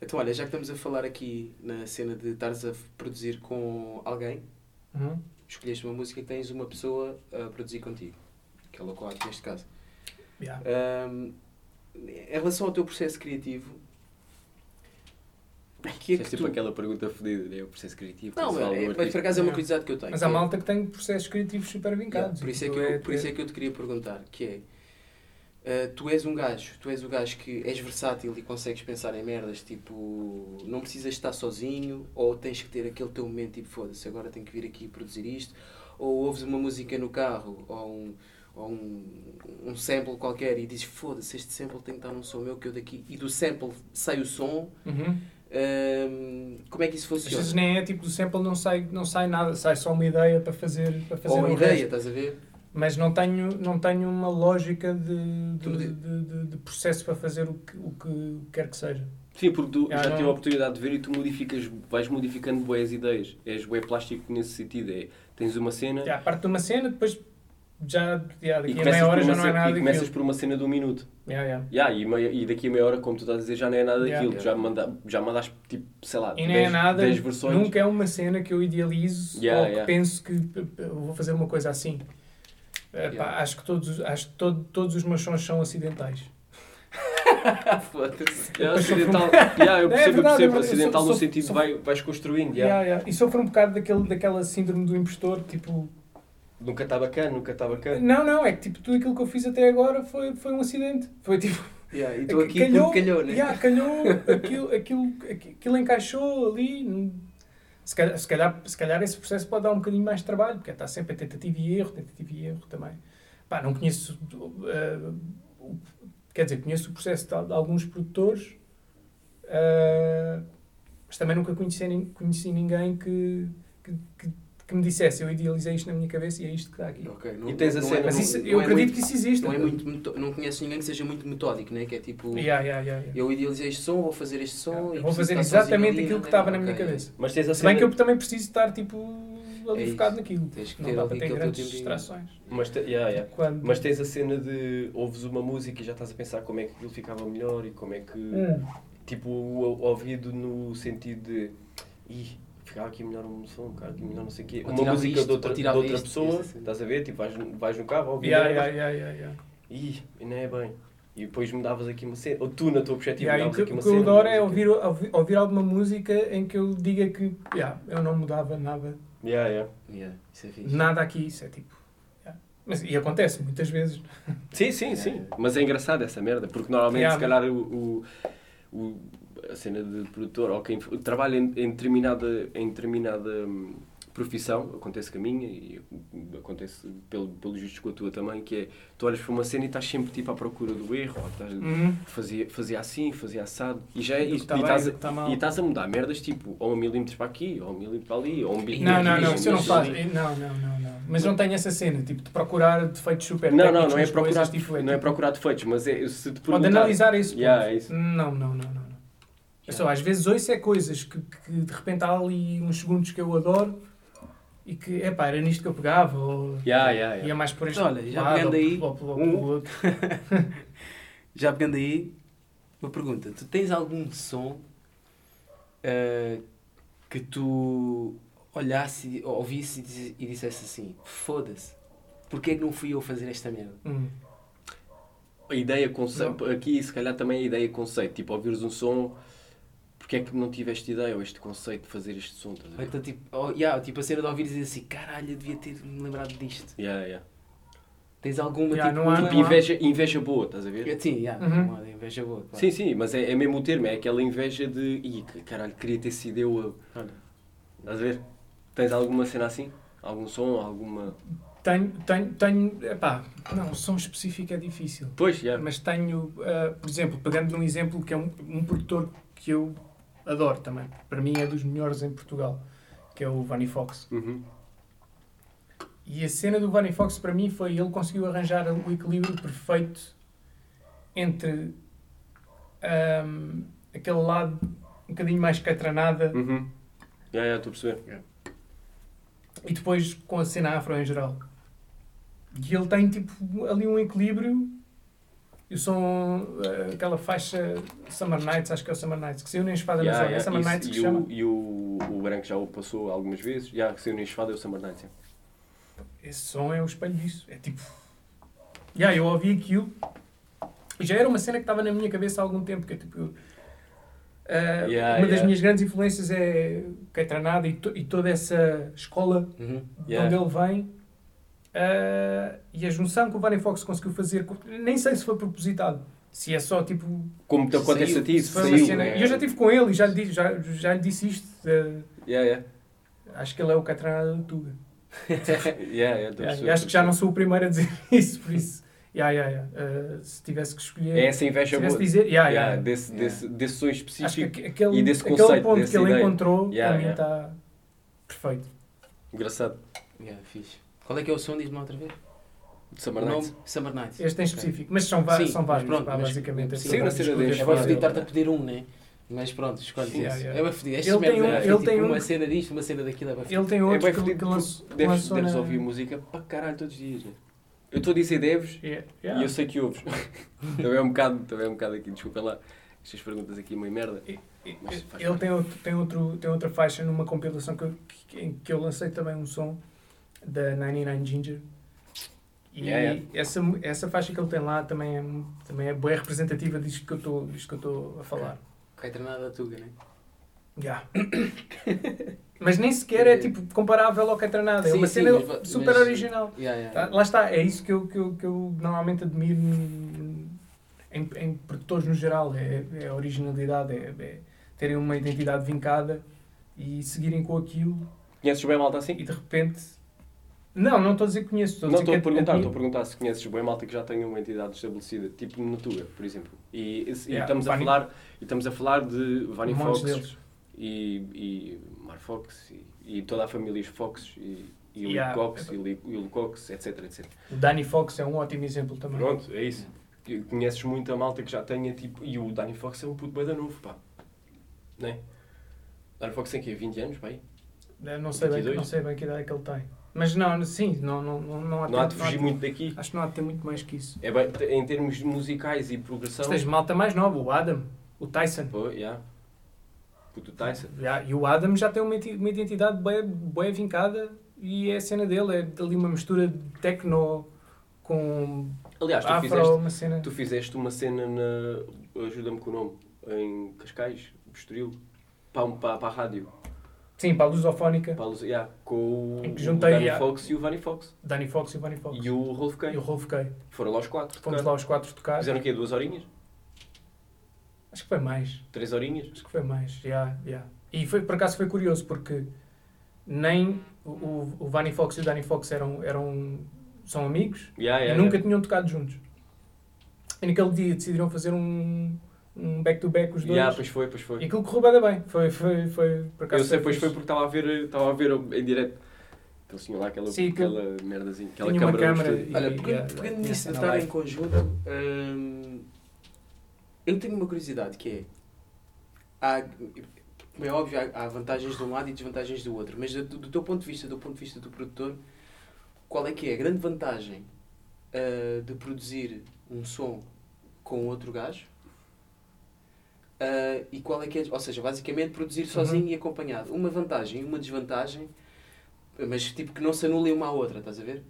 B: Então, olha, já que estamos a falar aqui na cena de estares a produzir com alguém,
A: Uhum.
B: escolheste uma música e tens uma pessoa a produzir contigo, que é o Locoac neste caso.
A: Yeah.
B: Ahm, em relação ao teu processo criativo, o que é
C: é
B: que
C: tipo
B: tu...
C: aquela pergunta fodida, né? O processo criativo.
B: Não,
C: pessoal,
B: é,
C: do
B: mas por acaso é
A: Yeah.
B: uma curiosidade que eu tenho.
A: Mas há
B: que é-
A: malta que tem processos criativos super vincados.
B: por, isso é que
A: Aquilo
B: eu, por isso é que eu te queria perguntar, que é, ah, tu és um gajo, tu és o gajo que és versátil e consegues pensar em merdas, tipo, não precisas estar sozinho, ou tens que ter aquele teu momento, tipo, foda-se, agora tenho que vir aqui produzir isto, ou ouves uma música no carro, ou um, ou um, um sample qualquer e dizes, foda-se, este sample tem que estar num som meu que eu daqui, e do sample sai o som,
A: Uhum.
B: ahm, como é que isso
A: Às vezes
B: funciona?
A: nem é tipo do sample, não sai, não sai nada, sai só uma ideia para fazer, para fazer
B: Ou uma
A: o
B: ideia,
A: resto.
B: estás
A: [LAUGHS]
B: a ver?
A: Mas não tenho, não tenho uma lógica de,
B: Tu me
A: de,
B: di-
A: de, de- de processo para fazer o que, o que quer que seja.
C: Sim, porque tu
A: Ah,
C: já
A: não.
C: tive a oportunidade de ver e tu modificas, vais modificando boas ideias. És bué plástico nesse sentido. É, tens uma cena
A: Já, parte de uma cena, depois já, já daqui
C: e
A: a
C: começas,
A: meia
C: por
A: hora
C: uma,
A: já não é
C: cena,
A: nada
C: e começas
A: daquilo.
C: por uma cena de um minuto.
A: Yeah, yeah.
C: Ya, e, meia- e daqui a meia hora, como tu estás a dizer, já não é nada
A: Ya.
C: daquilo. Já, manda, já mandaste, tipo, sei lá,
A: E nem é nada,
C: 10 versões.
A: nunca é uma cena que eu idealizo
C: Yeah,
A: ou que
C: yeah.
A: penso que p- p- eu vou fazer uma coisa assim. Eh, pá,
B: Yeah.
A: Acho que, todos, os- acho que todo- todos os meus sons são acidentais. Depois
B: foda-se.
C: Ya,
A: sofre
C: É
A: [LAUGHS]
C: acidental. Ya,
A: É
C: eu percebo, eu
A: verdade,
C: percebo.
A: eu sou-
C: acidental no
A: sou-
C: sentido
A: sou-
C: vai, vais construindo. ya.
A: Yeah, yeah. E sofro um bocado daquele, daquela síndrome do impostor, tipo,
C: Nunca está bacana, nunca está bacana.
A: Não, não, é que tipo, tudo aquilo que eu fiz até agora foi, foi um acidente. Foi tipo.
B: Yeah, e estou aqui calhou, calhou, né?
A: yeah, calhou, aquilo, aquilo, aqui- aquilo encaixou ali. Se calhar, se, calhar, se calhar esse processo pode dar um bocadinho mais de trabalho, porque está sempre a tentativa e erro, tentativa e erro também. Pá, não conheço. eh, o- quer dizer, conheço o processo de, al- de alguns produtores, eh, mas também nunca conheci, nin- conheci ninguém que, que, que, que me dissesse eu idealizei isto na minha cabeça e é isto que está aqui.
B: Ok, não-
C: E tens a
B: não
C: cena
B: é-
A: Mas
C: Não-
A: isso,
B: não
A: eu
B: é
A: acredito
B: muito-
A: que isso existe.
B: Não, é muito meto- não conheço ninguém que seja muito metódico, né? que é tipo,
A: Yeah, yeah, yeah, yeah.
B: eu idealizei este som, vou fazer este som...
A: Yeah.
B: e
A: Eu vou
B: preciso
A: fazer
B: estar sozinho
A: exatamente
B: ali,
A: aquilo que
B: né?
A: estava na minha
B: Ok,
A: cabeça.
C: Mas tens a
A: é? Se bem
C: cena...
A: que eu também preciso estar tipo ali
B: É
A: focado
B: isso.
A: naquilo.
B: Tens que
A: Não
B: ter
A: dá
B: ali
A: para ter
B: aquele teu
A: grandes
B: tempinho.
A: distrações.
C: Mas, te- ya, ya.
A: Quando...
C: É, Mas tens a cena de ouves uma música e já estás a pensar como é que aquilo ficava melhor e como é que.
A: Hum.
C: Tipo, o o ouvido no sentido de. Ih, ficava aqui melhor um som, ficava aqui melhor não sei o quê.
B: Ou
C: uma
B: tirava
C: música
B: isto,
C: de outra,
B: ou
C: de
B: tirava
C: outra
B: isto,
C: pessoa,
B: isso assim.
C: estás a ver? Tipo, vais, no- vais no carro, ouvir.
A: Yeah, yeah, yeah, yeah, yeah.
C: Ih, não é bem. E depois mudavas aqui uma cena. Ou tu, na tua perspectiva,
A: Yeah, e o
C: mudavas
A: que,
C: tipo, aqui
A: o
C: uma
A: que eu
C: cena.
A: adoro é
C: mudavas
A: ouvir, ouvir, ouvir alguma música em que eu diga que yeah, eu não mudava nada,
C: aqui. Yeah, yeah.
B: Yeah, isso é fixe.
A: nada aqui. Isso é tipo. yeah. Mas, e acontece muitas vezes.
C: Sim, sim, sim. Mas é engraçado essa merda, porque normalmente,
A: Yeah.
C: se calhar, o, o- o- a cena de produtor ou quem f- trabalha em, em determinada, em determinada hum, profissão, acontece com a minha e hum, acontece pelo, pelos justos com a tua também, que é tu olhas para uma cena e estás sempre tipo à procura do erro, ou estás,
A: Uhum.
C: fazia, fazia assim, fazia assado, e já
A: Do
C: é
A: que
C: isto,
A: tá
C: e
A: bem,
C: estás
A: do que tá mal.
C: a- e estás a mudar merdas tipo ou um milímetro para aqui, ou um milímetro para ali, ou um bit
A: Não, não,
C: aqui,
A: não,
C: um
A: isso eu não
C: bit
A: faço.
C: ali.
A: Não, não, não, não. Mas não tenho essa cena, tipo, de procurar defeitos super
C: Não, não,
A: técnicos
C: não é
A: nas coisas,
C: procurar,
A: tipo, é
C: não é
A: tipo-
C: procurar defeitos, mas é se
A: Pode
C: te perguntar-
A: analisar esse ponto.
C: Yeah, é isso.
A: Não, não, não, não. não. Eu só às vezes ouço é coisas que, que de repente há ali uns segundos que eu adoro e que, epá, era nisto que eu pegava ou
C: Yeah, yeah, yeah.
A: ia mais por este
B: Olha, já
A: lado
B: pegando
A: ou
B: aí,
A: ou pelo- ou pelo
B: um-
A: outro.
B: Já pegando aí, uma pergunta, tu tens algum som ah, que tu olhasse, e- ou ouvisse e diz- e dissesse assim, foda-se, porquê é que não fui eu fazer esta merda?
A: Hum.
C: A ideia conceito, aqui se calhar também é a ideia conceito, tipo ouvires um som, porque é que não tiveste ideia ou este conceito de fazer este som? Estás a
B: Ou
C: ver?
B: então, tipo, oh, yeah, tipo a cena de ouvir e dizer assim, caralho, eu devia ter me lembrado disto.
C: Yeah, yeah.
B: Tens alguma,
A: Yeah,
B: tipo,
A: não há-
C: Tipo inveja, inveja boa, estás a ver?
B: Sim, já,
A: Uhum.
B: uma inveja boa. claro.
C: Sim, sim, mas é, é mesmo o termo, é aquela inveja de Ih, que caralho, queria ter sido eu a.
B: Olha,
C: Estás a ver? Tens alguma cena assim? Algum som? Alguma.
A: Tenho, tenho, tenho, epá, não, o som específico é difícil.
C: Pois, yeah.
A: Mas tenho, ah, por exemplo, pegando num exemplo que é um, um produtor que eu adoro também, para mim é dos melhores em Portugal, que é o Vanny Fox.
C: Uhum.
A: E a cena do Bonnie Fox para mim foi ele conseguiu arranjar o equilíbrio perfeito entre ahm, aquele lado um bocadinho mais catranada
C: Uhum. Yeah, yeah, estou a perceber.
A: e depois com a cena afro em geral. E ele tem tipo ali um equilíbrio. E o som, eh, aquela faixa Summer Nights, acho que é o Summer Nights, que saiu nem espada
C: Yeah,
A: yeah, é
C: yeah,
A: Summer
C: isso,
A: Nights que
C: e
A: chama.
C: o, e o, o branco já o passou algumas vezes. Já que saiu na enxada é o Summer Nights. yeah.
A: Esse som é o espelho disso. É tipo. Yeah, eu ouvi aquilo e já era uma cena que estava na minha cabeça há algum tempo. Que é tipo. eu- Ah,
C: Yeah,
A: uma das
C: yeah.
A: minhas grandes influências é Caetranada e, to- e toda essa escola
B: Uhum.
A: de onde
C: Yeah.
A: ele vem. Ah, e a junção que o Barney Fox conseguiu fazer, com- nem sei se foi propositado, se é só tipo.
C: Como te acontece
B: Saiu.
C: a ti,
A: se assim, foi
C: saiu.
A: uma cena-
C: né?
A: E eu já estive com ele e já lhe, disse- já, já lhe disse isto. ah,
C: Yeah, yeah.
A: acho que ele é o Caetranada do Tuga.
C: Yeah, yeah, estou a
A: Yeah,
C: perceber,
A: e acho que já
C: estou a
A: não sou o primeiro a dizer [LAUGHS] isso, por isso. Yeah, yeah, yeah. Uh, se tivesse que escolher.
C: perceber. É essa
A: se
C: inveja
A: tivesse
C: boa.
A: de dizer. Yeah,
C: Yeah,
A: yeah.
C: Desse,
B: Yeah.
C: Desse, desse sonho
A: Acho que
C: específico.
A: aque- aquele,
C: e desse
A: aquele
C: conceito,
A: ponto
C: dessa
A: que ele
C: ideia.
A: encontrou
C: Yeah,
A: para mim
C: yeah.
A: está perfeito.
C: Engraçado.
B: Yeah, fixe. Qual é que é o som? Diz-me lá outra vez.
C: De Summer
B: O
C: Nights.
B: nome? Summer Nights.
A: Este em
B: Ok.
A: específico. Mas são, va-
B: Sim,
A: são
B: mas
A: vários,
B: pronto,
A: pá,
B: mas-
A: basicamente. assim.
B: sim,
A: são
C: na
A: vários.
C: cena deste,
B: É
A: Escolhas
C: vai
A: várias.
B: mais fodido
C: ser
B: estar-te a pedir um, né? Mas pronto, escolhe
A: Sim,
B: esse.
A: yeah, yeah.
B: É bem fodido. Estas
A: Ele tem
B: merdas
A: um-
B: é
A: ele
B: tipo
A: tem um-
B: uma cena disto, uma cena daquilo é bem fodido.
A: Ele tem
C: É
A: outro
C: bem
A: que-
C: fodido
A: que lançou.
C: porque deves,
A: lançou
C: deves
A: na-
C: ouvir música para caralho todos os dias, né? Eu estou a dizer deves
A: Yeah,
C: e
A: yeah.
C: eu sei que ouves. [LAUGHS] também é um bocado, também é um bocado aqui, desculpa lá. Estas perguntas aqui meio merda. Mas faz
A: Ele
C: parte.
A: tem, outro, tem, outro, tem outra faixa numa compilação que eu, que, em que eu lancei também um som da 99 Ginger. E
C: Yeah, yeah.
A: Essa, essa faixa que ele tem lá também é, também é bem representativa disto que eu estou- disto que eu estou a falar.
B: Cai treinada a tuga, né?
A: Tá,
C: [COUGHS]
A: Yeah. mas nem sequer é tipo comparável ao Catranada. É
B: Sim,
A: uma
B: sim,
A: cena
B: mas-
A: super
B: mas-
A: original.
B: Yeah, yeah.
A: Tá, Lá está, é isso que eu, que eu, que eu normalmente admiro em, em- em produtores no geral, é, é a originalidade, é, é terem uma identidade vincada e seguirem com aquilo
C: Conheces bem malta
A: e
C: assim?
A: de repente... Não, não estou a dizer que conheço, estou a
C: não,
A: dizer
C: estou
A: que é
C: a perguntar, estou a
A: admiro.
C: perguntar se conheces bem malta que já tenha uma entidade estabelecida, tipo no Tuga, por exemplo. E, e- e
A: Yeah,
C: estamos, a
A: Vani-
C: falar, e estamos a falar de Vani
A: montes
C: Fox
A: deles.
C: e, e Mar Fox e, e toda a família Fox e, e
A: Yeah. é
C: Lee Cox e Lee, e Lee Cox, etc, etc.
A: O Danny Fox é um ótimo exemplo também.
C: Pronto, é isso. E Conheces muita malta que já tenha tipo. E o Danny Fox é um puto bem da novo, pá. Né? Danny Fox tem aqui 20 anos, pá. aí?
A: Eu Não sei, bem,
C: 22.
A: não sei bem que idade que ele tem. Mas não, sim, não, não, não, não há,
C: Não há de
A: tempo- não há
C: fugir
A: tempo.
C: muito daqui.
A: Acho que não há de ter muito mais que isso.
C: É bem, te- em termos musicais e progressão.
A: Mas tens é malta mais nova, o Adam, o Tyson.
C: Pô, yeah. Puto Tyson.
A: Já- e o Adam já tem uma, iti- uma identidade bem, bem vincada e é a cena dele, é ali uma mistura de techno com
C: Aliás, tu
A: afro,
C: fizeste,
A: uma cena...
C: tu fizeste uma cena na. Ajuda-me com o nome. Em Cascais, Estoril. Para, para, para a rádio.
A: Sim, para a lusofónica,
C: Para a luz, yeah, com o,
A: Em que
C: o
A: juntei,
C: Danny
A: yeah.
C: Fox e o Vanny Fox.
A: Danny Fox e o Bunny Fox.
C: E o Rolf
A: E
C: Kane.
A: o Rolf Kay.
C: Foram lá os quatro.
A: Fomos
C: tocar.
A: lá os quatro tocar.
C: Fizeram o quê? Duas horinhas?
A: Acho que foi mais.
C: Três horinhas?
A: Acho que foi mais, já, já. E foi, por acaso foi curioso, porque nem o- o, o Vanny Fox e o Danny Fox eram, eram, são amigos
C: Yeah,
A: e
C: yeah,
A: nunca
C: yeah.
A: tinham tocado juntos. E naquele dia decidiram fazer um um back-to-back os dois.
C: Yeah, pois foi, pois foi.
A: E aquilo correu bem, bem. Foi, foi, foi, por acaso
C: Eu sei, pois
A: fixe.
C: foi porque estava a ver, estava a ver em direto. Aquele senhor lá, aquela,
A: Sim, aquilo-
C: aquela merdazinha, aquela
A: Tinha uma
C: câmara. no
A: câmara
C: estúdio.
A: E-
B: Olha,
A: e-
B: pegando,
A: e-
B: pegando
A: e-
B: nisso de
A: na
B: estar
A: live.
B: em conjunto, hum, eu tenho uma curiosidade que é. Há, como é óbvio, há, há vantagens de um lado e desvantagens do outro, mas do, do teu ponto de vista, do ponto de vista do produtor, qual é que é a grande vantagem ah, de produzir um som com outro gajo? Ah, e qual é que é, ou seja, basicamente
A: Uhum.
B: produzir sozinho e acompanhado. Uma vantagem e uma desvantagem, mas tipo que não se anulem uma à outra, estás a ver?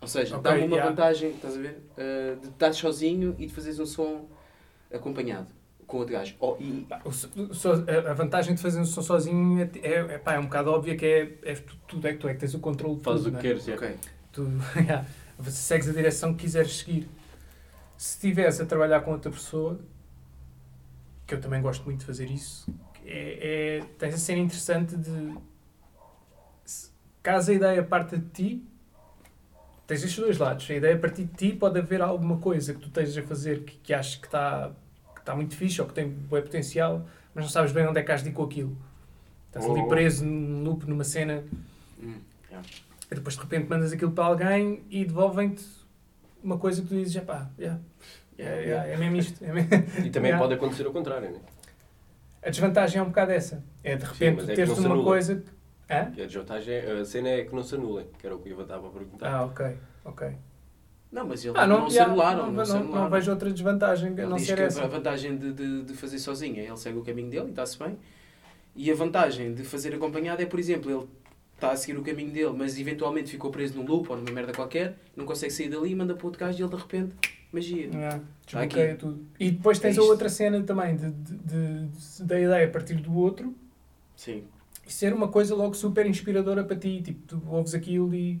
B: Ou seja,
A: Ok,
B: dá-me uma
A: yeah.
B: vantagem, estás a ver? Ah, de estar sozinho e de fazeres um som acompanhado com outro gajo. Oh, e,
A: Pá, o so- o so- a- a vantagem de fazer um som sozinho é, é, é, pá, é um bocado óbvia que é, é tu, tu é que tu é que tens o controle de
C: Faz
A: tudo,
C: o que
A: né?
C: queres, yeah.
B: ok.
A: Tu [LAUGHS] yeah, você segues a direção que quiseres seguir. Se estivesse a trabalhar com outra pessoa, que eu também gosto muito de fazer isso, é, é, tens a cena interessante de se- caso a ideia parta de ti, tens estes dois lados. Se a ideia partir de ti, pode haver alguma coisa que tu estejas a fazer que, que achas que está que está muito fixe ou que tem bué potencial, mas não sabes bem onde é que has de ir com aquilo. Estás ali
C: Ou-
A: preso num loop, numa cena
B: Hum,
A: e depois de repente mandas aquilo para alguém e devolvem-te uma coisa que tu dizes, "Epá, yeah,
B: yeah,
A: é,
B: yeah.
A: é, é mesmo isto. é mesmo." [LAUGHS]
C: E também
A: Yeah.
C: pode acontecer o contrário, né?
A: A desvantagem é um bocado essa. É de
C: Sim,
A: repente
C: mas é que
A: teres
C: não se
A: uma
C: anula.
A: coisa que Hã?
C: Que a desvantagem, é- a cena é que não se anulem, que era o que eu estava a perguntar.
A: Ah, ok, ok.
B: Não, mas eles
A: Ah,
B: não, se
A: já,
B: anularam.
A: não,
B: Não,
A: não,
B: se anularam.
A: não vejo outra desvantagem a
B: Ele
A: não
B: diz
A: ser
B: que é
A: essa.
B: a vantagem de, de, de fazer sozinho é ele segue o caminho dele e está-se bem. E a vantagem de fazer acompanhado é, por exemplo, ele está a seguir o caminho dele, mas eventualmente ficou preso num loop ou numa merda qualquer, não consegue sair dali, manda para outro gajo e ele de repente, magia.
A: Yeah,
B: Tá aqui.
A: desbloqueia tudo. E depois tens
B: É
A: a
B: isto.
A: outra cena também de, de, de- de- da ideia a partir do outro
B: Sim.
A: e ser uma coisa logo super inspiradora para ti. Tipo, tu ouves aquilo e.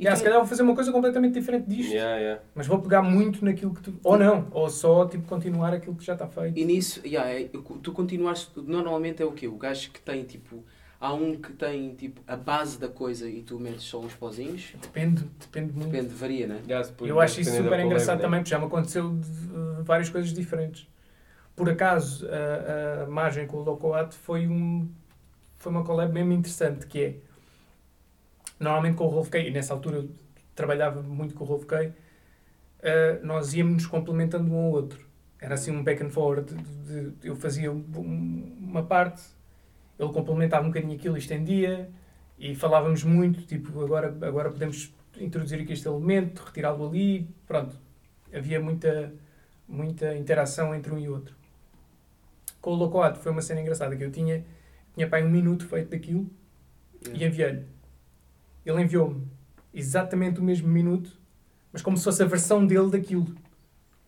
B: E
A: Yeah,
B: tu-
A: se calhar vou fazer uma coisa completamente diferente disto,
C: Yeah, yeah.
A: mas vou pegar muito naquilo que tu. Ou não, ou só tipo, continuar aquilo que já está feito.
B: E nisso, yeah, é- tu continuaste, normalmente é o quê? O gajo que tem, tipo, há um que tem, tipo, a base da coisa e tu metes só uns pozinhos.
A: Depende, depende muito.
B: Depende, varia, né?
C: Yeah, se por-
A: Eu acho isso
C: dependendo
A: super
C: da
A: engraçado
C: polêmica.
A: também, porque já me aconteceu de, de várias coisas diferentes. Por acaso, a, a margem com o Locoat foi, um, foi uma collab mesmo interessante, que é... Normalmente com o Rolf Kay, e nessa altura eu trabalhava muito com o Rolf Kay, eh, nós íamos nos complementando um ao outro. Era assim um back and forward. de- de- eu fazia um- uma parte, ele complementava um bocadinho aquilo e estendia, e falávamos muito, tipo, agora, agora podemos introduzir aqui este elemento, retirá-lo ali, pronto. Havia muita, muita interação entre um e outro. Com o Locoato foi uma cena engraçada que eu tinha, tinha pá, aí um minuto feito daquilo e enviei-lhe. Ele enviou-me exatamente o mesmo minuto, mas como se fosse a versão dele daquilo.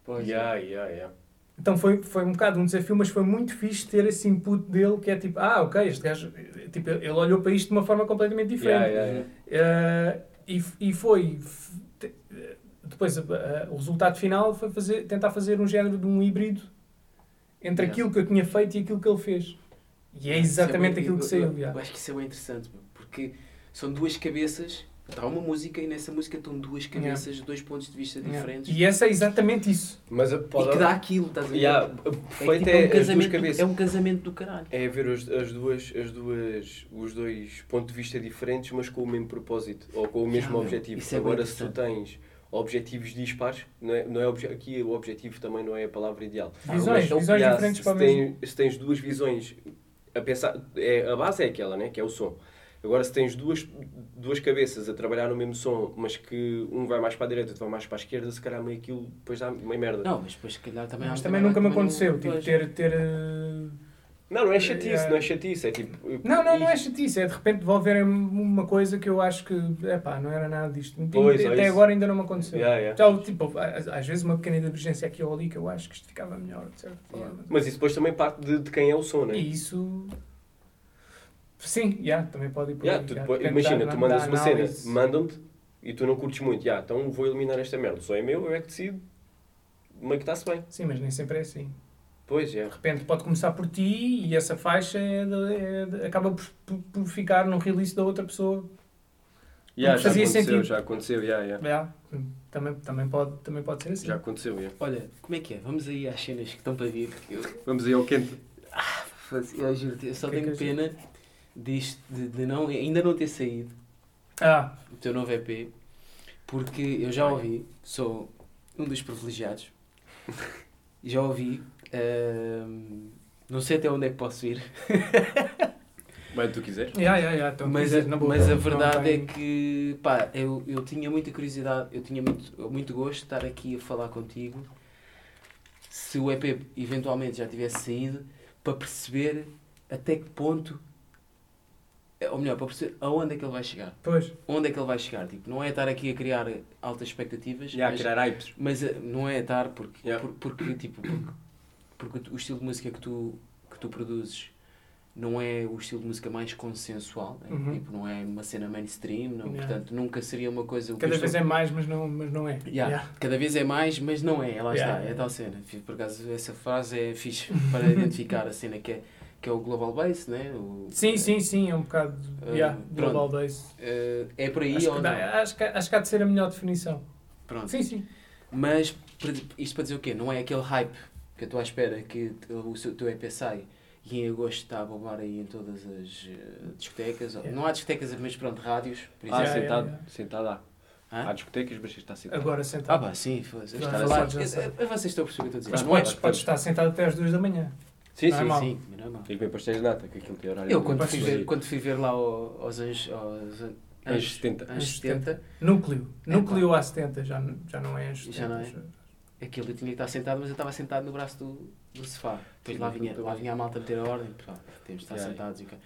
B: Pois,
C: Yeah, yeah, yeah.
A: Então foi, foi um bocado um desafio, mas foi muito fixe ter esse input dele que é tipo, ah, ok, este gajo, eh, tipo, ele olhou para isto de uma forma completamente diferente.
C: Yeah,
B: Uhum.
C: yeah, yeah.
A: Uh, e, f- e foi. f- te- uh, Depois uh, uh, o resultado final foi fazer, tentar fazer um género de um híbrido entre
C: É.
B: Yeah.
A: aquilo que eu tinha feito e aquilo que ele fez. E é exatamente
B: Isso é
A: aquilo
B: bem-
A: que
B: eu-
A: saiu.
B: eu- Eu
A: yeah.
B: acho que isso é bem interessante, meu, porque são duas cabeças, está uma música e nessa música estão duas cabeças, dois pontos de vista
A: Yeah.
B: diferentes.
A: E essa é exatamente isso.
C: Mas
B: E que dá aquilo, estás a ver?
C: Yeah,
B: É,
C: perfeito
B: tipo, é,
C: é,
B: um
C: as duas
B: casamento,
C: cabeças.
B: é um casamento do caralho.
C: É ver as, as duas, as duas, os dois pontos de vista diferentes, mas com o mesmo propósito ou com o mesmo
B: Yeah,
C: objetivo.
B: isso é bem
C: Agora, se tu
B: interessante.
C: tens objetivos dispares, não é, não é obje- aqui o objetivo também não é a palavra ideal.
A: Visões,
C: Mas, é
A: visões
C: yeah,
A: diferentes
C: se,
A: para o
C: se
A: mesmo.
C: tens- se tens duas visões, a, pensar, é, a base é aquela, né, que é o som. Agora, se tens duas, duas cabeças a trabalhar no mesmo som, mas que um vai mais para a direita, outro vai mais para a esquerda, se calhar meio aquilo depois dá meio merda.
B: Não, mas depois se calhar também há
A: Mas
B: um
A: também
B: trabalho
A: nunca me
B: que também
A: aconteceu.
B: não-
A: Tipo,
B: pois.
A: ter. ter uh,
C: Não, não é chatice,
A: Yeah.
C: não é chatice, é tipo...
A: Não, não, não é
C: isso.
A: chatice. É de repente devolverem uma coisa que eu acho que. Epá, não era nada disto. Um
C: Pois, é
A: Até
C: isso.
A: agora ainda não me aconteceu.
C: Yeah, yeah.
A: Já, tipo, às às vezes uma pequena divergência aqui ou ali que eu acho que isto ficava melhor, de certa forma.
B: Yeah.
C: Mas isso depois também parte de, de quem é o som, não é?
A: E isso. Sim, yeah, também pode ir por
C: Yeah,
A: aí,
C: tu
A: yeah,
C: depois-
A: depende
C: imagina,
A: da-
C: tu
A: da
C: mandas uma cena,
A: análise.
C: mandam-te e tu não curtes muito. Yeah, então vou eliminar esta merda. Só é meu, eu é que decido. Meio que está-se bem.
A: Sim, mas nem sempre é assim.
C: Pois é.
A: De repente pode começar por ti e essa faixa é de- é de- acaba por, por- por ficar num release da outra pessoa.
C: Yeah,
A: Porque fazia sentido.
C: já aconteceu, yeah, yeah.
A: Yeah, Também, também, pode, também pode ser assim.
C: já aconteceu. yeah.
B: Olha, como é que é? Vamos aí às cenas que estão para vir. porque Eu,
C: Vamos aí ao quente.
B: eu, juro-te, eu só
A: Que é que
B: tenho
A: é
B: pena disto, de, de não, ainda não ter saído.
A: Ah,
B: o teu novo EP, porque eu já ouvi, sou um dos privilegiados, [LAUGHS] já ouvi, ahm, não sei até onde é que posso ir,
C: Bem, tu quiseres.
A: yeah, yeah, yeah, então,
B: mas,
A: quiseres,
B: a,
A: na boa,
B: mas a
A: não
B: verdade
A: tem-
B: é que pá, eu, eu tinha muita curiosidade, eu tinha muito, muito gosto de estar aqui a falar contigo, se o EP eventualmente já tivesse saído, para perceber até que ponto, eh, ou melhor, para perceber aonde é que ele vai chegar.
A: Pois,
B: Onde é que ele vai chegar? Tipo, não é estar aqui a criar altas expectativas,
C: Já,
B: mas-
C: criar hypes.
B: mas eh, não é estar porque,
C: Yeah.
B: por- porque tipo porque, porque o estilo de música que tu que tu produzes não é o estilo de música mais consensual né?
A: Uhum.
B: tipo, não é uma cena mainstream não,
A: Yeah.
B: portanto nunca seria uma coisa o que
A: cada
B: eu
A: vez
B: estou-
A: é mais, mas não, mas não é.
B: Yeah.
A: Yeah.
B: cada vez é mais mas não é
A: Yeah,
B: lá está é
A: yeah.
B: tal cena Fi- por acaso essa frase
A: [LAUGHS]
B: é fixe para identificar a cena que é que é o global bass né o,
A: Sim, sim, sim, é um bocado
B: Ah,
A: yeah,
B: pronto.
A: global base.
B: eh, é por aí
A: Acho
B: ou
A: que,
B: não
A: dá- acho, que, acho que há de ser a melhor definição.
B: pronto
A: Sim, sim.
B: Mas para- isto para dizer o quê? Não é aquele hype que eu estou à espera que t- o seu- teu EP sai e em agosto está a bombar aí em todas as eh, discotecas. ou-
A: Yeah.
B: Não há discotecas, mas pronto, rádios, por
C: Ah,
A: Yeah,
B: exemplo.
A: sim.
C: sentado.
A: yeah, yeah.
C: Sentado há. Há
B: Hã?
C: discotecas, mas está sentado.
A: Agora
B: Ah,
A: sentado.
B: pá, sim, foda-se.
A: Já
B: Está a
A: falar,
B: ser-
A: já sei.
B: Eh, eh, Vocês estão a perceber o que eu estou a dizer.
A: Mas
B: Não é-
A: podes, podes estar sentado até às duas da manhã.
C: Sim,
A: Não é
C: sim,
A: mau.
C: sim.
A: mal.
B: Sim, também não é mal.
C: Tem que ver pastéis de nata, que aquilo tem horário.
B: Eu
C: de-
B: quando
A: Pode
B: fui,
A: ser.
B: ver, quando fui ver lá ao- aos anos, aos an-
C: Anos
B: anos,
C: 70.
B: anos 70,
A: Núcleo.
B: É,
A: Núcleo A70, já, n- já não é anos
B: Já não é?
A: 70.
B: aquilo eu tinha que estar sentado, mas eu estava sentado no braço do, do sofá. Depois
C: Sim,
B: lá
C: mas
B: vinha,
C: tudo
B: lá
C: bem.
B: vinha a malta meter a ordem, pá, temos de estar
C: Yeah.
B: sentados e o quê.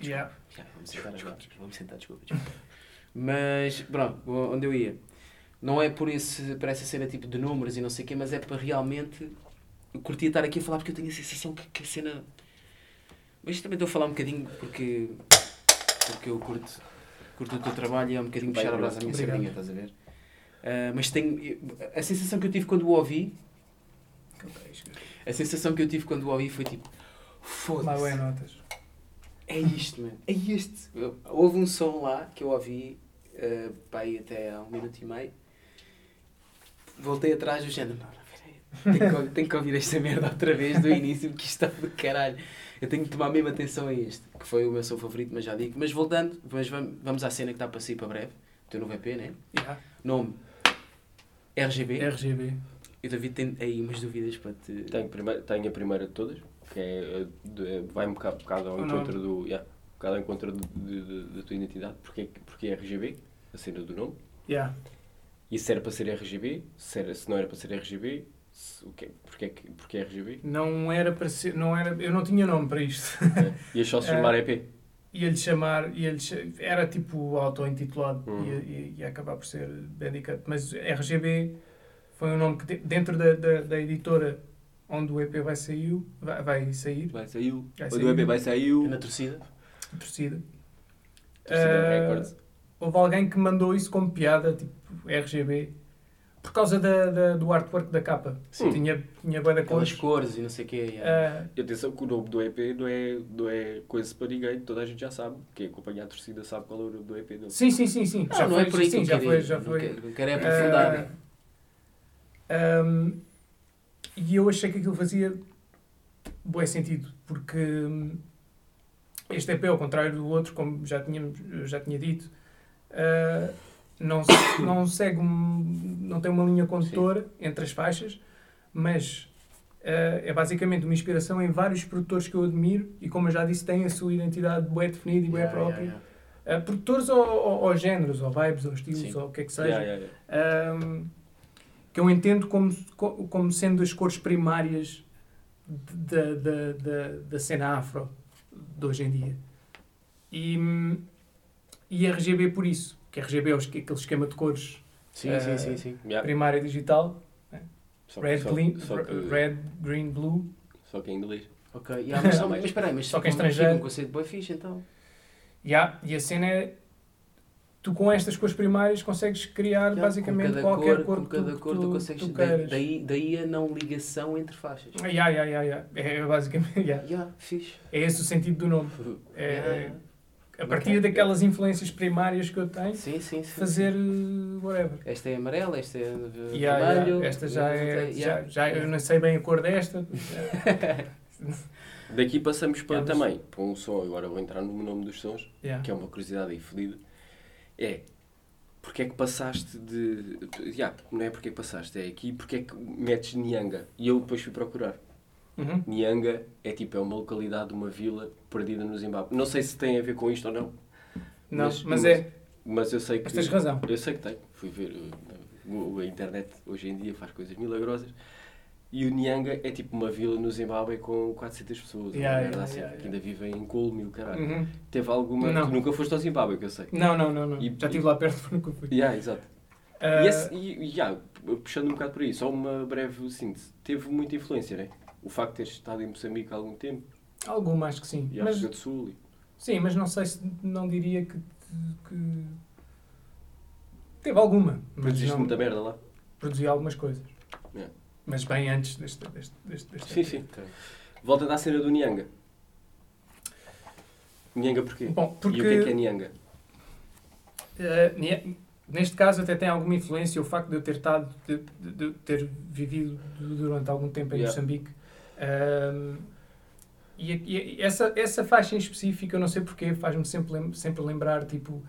A: Yeah.
B: Já, vamos sentar agora. Vamos sentar, desculpa. desculpa. Mas, pronto, onde eu ia. Não é por, esse, por essa cena tipo de números e não sei o quê, mas é para realmente. Eu curtia estar aqui a falar porque eu tenho a sensação que, que a cena. Mas também estou a falar um bocadinho porque. Porque eu curto, curto o teu trabalho e é um bocadinho
C: Bem,
B: puxar a brasa à minha
A: obrigado.
B: sardinha, estás a ver? Ah, mas tenho. eu- A sensação que eu tive quando o ouvi. A sensação que eu tive quando o ouvi foi tipo.
A: Lá
B: Foda-se.
A: é notas.
B: É isto, mano. É isto. Houve um som lá que eu ouvi eh, pá, aí até há um minuto e meio. Voltei atrás do género. Não, não, peraí. Tenho que, ouvir- tenho que ouvir esta merda outra vez do início porque isto está do caralho. Eu tenho que tomar mesmo atenção a este, que foi o meu som favorito, mas já digo. Mas voltando, mas vam- vamos à cena que está para sair para breve. O teu novo EP, né?
A: Yeah.
B: Nome
A: É
B: RGB.
A: RGB.
B: E o David tem aí umas dúvidas para te.
C: Tenho, primeiro, tenho a primeira de todas, que é, a de- vai um bocado, bocado ao
A: O nome.
C: encontro do. Yeah, um bocado ao encontro de- de- de- da tua identidade, porque, é que- porque é RGB, a cena do nome.
A: Yeah.
C: E se era para ser RGB, se, era- se não era para ser RGB, se, o que, porque, é que- porque é RGB.
A: Não era para ser. Não era, eu não tinha nome para
B: [LAUGHS]
A: isto.
C: né? E as só se
A: É.
C: chamar EP.
A: Ia-lhe chamar. Ia -lhe, era tipo auto-intitulado.
C: Uhum.
A: Ia, ia, ia acabar por ser Bandicoot. Mas RGB foi um nome que, de- dentro da, da, da editora onde o EP vai sair, vai, vai sair
C: Vai sair. O
A: Vai
C: do
A: sair. É,
C: EP vai sair. o-
B: Na torcida.
A: torcida.
B: é um
C: Torcida
A: Ah,
C: Records.
A: Houve alguém que mandou isso como piada, tipo RGB, por causa da, da- do artwork da capa.
C: Sim.
A: Tinha, tinha bué da
B: Aquelas
A: cores.
B: cores e não sei o quê. yeah.
A: Ah,
C: E atenção que o nome do EP não é, não é coisa para ninguém, toda a gente já sabe. Quem acompanha a torcida sabe qual é o nome do EP dele.
A: sim, sim, sim, sim.
B: Não, não é por aí que
A: sim,
B: eu
A: já
B: quero
A: foi,
B: ir.
A: já
B: Não
A: foi.
B: quero- Quero é aprofundar.
A: Eh,
B: né?
A: Ah, ahm, e eu achei que aquilo fazia bué sentido, porque hum, este EP, ao contrário do outro, como já, tínhamos, eu já tinha dito, ah, não, se- não segue, um- não tem uma linha condutora entre as faixas, mas ah, é basicamente uma inspiração em vários produtores que eu admiro e, como eu já disse, têm a sua identidade bué definida e bué
B: Yeah, yeah,
A: própria.
B: yeah.
A: Ah, produtores ou, ou- ou géneros, ou vibes, ou estilos,
B: Sim.
A: ou o que é que seja.
C: Yeah, yeah, yeah.
A: Ahm, que eu entendo como, co- como sendo as cores primárias da, da, da, da cena afro de hoje em dia. E, hum, e RGB por isso, que RGB é o esque- aquele esquema de cores
B: Sim, sim,
A: Eh,
B: sim, sim.
C: Yeah.
A: primária digital,
C: Só que-
A: red,
C: só-
A: green,
C: só que-
A: red, green, blue.
C: Só que em inglês.
A: [LAUGHS]
B: Ok, yeah, mas, mas espera aí, mas
A: Só que é
B: como fica
A: estrangeiro.
B: um conceito bem fixe então.
A: Yeah, e a cena é, tu com estas cores primárias consegues criar
B: Yeah,
A: basicamente
B: com cada
A: qualquer
B: cor,
A: cor,
B: com
A: que tu-
B: cada
A: que
B: cor tu, consegues. da-
A: queiras.
B: daí, daí a não ligação entre faixas.
A: Yeah, yeah, yeah, yeah. É basicamente, yeah.
B: Yeah, fixe.
A: é esse o sentido do nome. É,
B: Yeah.
A: a partir daquelas influências primárias que eu tenho,
B: Sim, sim, sim.
A: fazer uh, whatever.
B: Esta é amarela, esta é
A: Yeah, yeah,
B: vermelho.
A: Esta já é. Já,
B: yeah.
A: já- eu não sei bem a cor
C: [LAUGHS]
A: desta. É,
C: Daqui passamos para
A: Vamos.
C: também, para um som, agora vou entrar no nome dos sons,
A: Yeah.
C: que é uma curiosidade aí fodida, é porque é que passaste de. Yeah, não é porque é que passaste, é aqui porque é que metes Nianga. E eu depois fui procurar.
A: Uhum.
C: Nianga é tipo, é uma localidade, uma vila perdida no Zimbábue. Não sei se tem a ver com isto ou não,
A: Não,
C: Mas-
A: mas,
C: mas-
A: é.
C: mas eu sei que.
A: Mas tens razão.
C: Eu sei que tem. Fui ver. uh, o- A internet hoje em dia faz coisas milagrosas. E o Nyanga é tipo uma vila no Zimbábue com 400 pessoas. uma
A: Yeah,
C: merda
A: yeah,
C: assim,
A: yeah,
C: Que ainda vivem em Colmo e o caralho.
A: Uhum.
C: Teve alguma.
A: Não.
C: Tu nunca foste ao Zimbábue, que eu sei.
A: Não, não, não. não.
C: E-
A: já estive lá perto, [LAUGHS] mas nunca fui.
C: Yeah, exato.
A: Uh,
C: E, esse, e e, yeah, puxando um bocado por aí, só uma breve síntese. Teve muita influência, né? O facto de teres estado em Moçambique há algum tempo
A: Ah, Alguma, acho que sim.
C: e
A: Mas,
C: África do Sul. E...
A: sim, mas não sei se não diria que. que- Teve alguma. Mas
C: Produziste
A: não-
C: muita merda lá.
A: produzi algumas coisas.
C: Yeah.
A: Mas bem antes deste. deste, deste, deste
C: Sim, sim. Voltando à cena do Nyanga. Nyanga porquê?
A: Bom,
C: E
A: porque.
C: o que é que é Nyanga?
A: Uh, ne- neste caso até tem alguma influência o facto de eu ter estado de, de- de ter vivido du- durante algum tempo em
C: Yeah.
A: Moçambique Um, e, a- e a- essa essa faixa em específico eu não sei porquê faz-me sempre lem- sempre lembrar tipo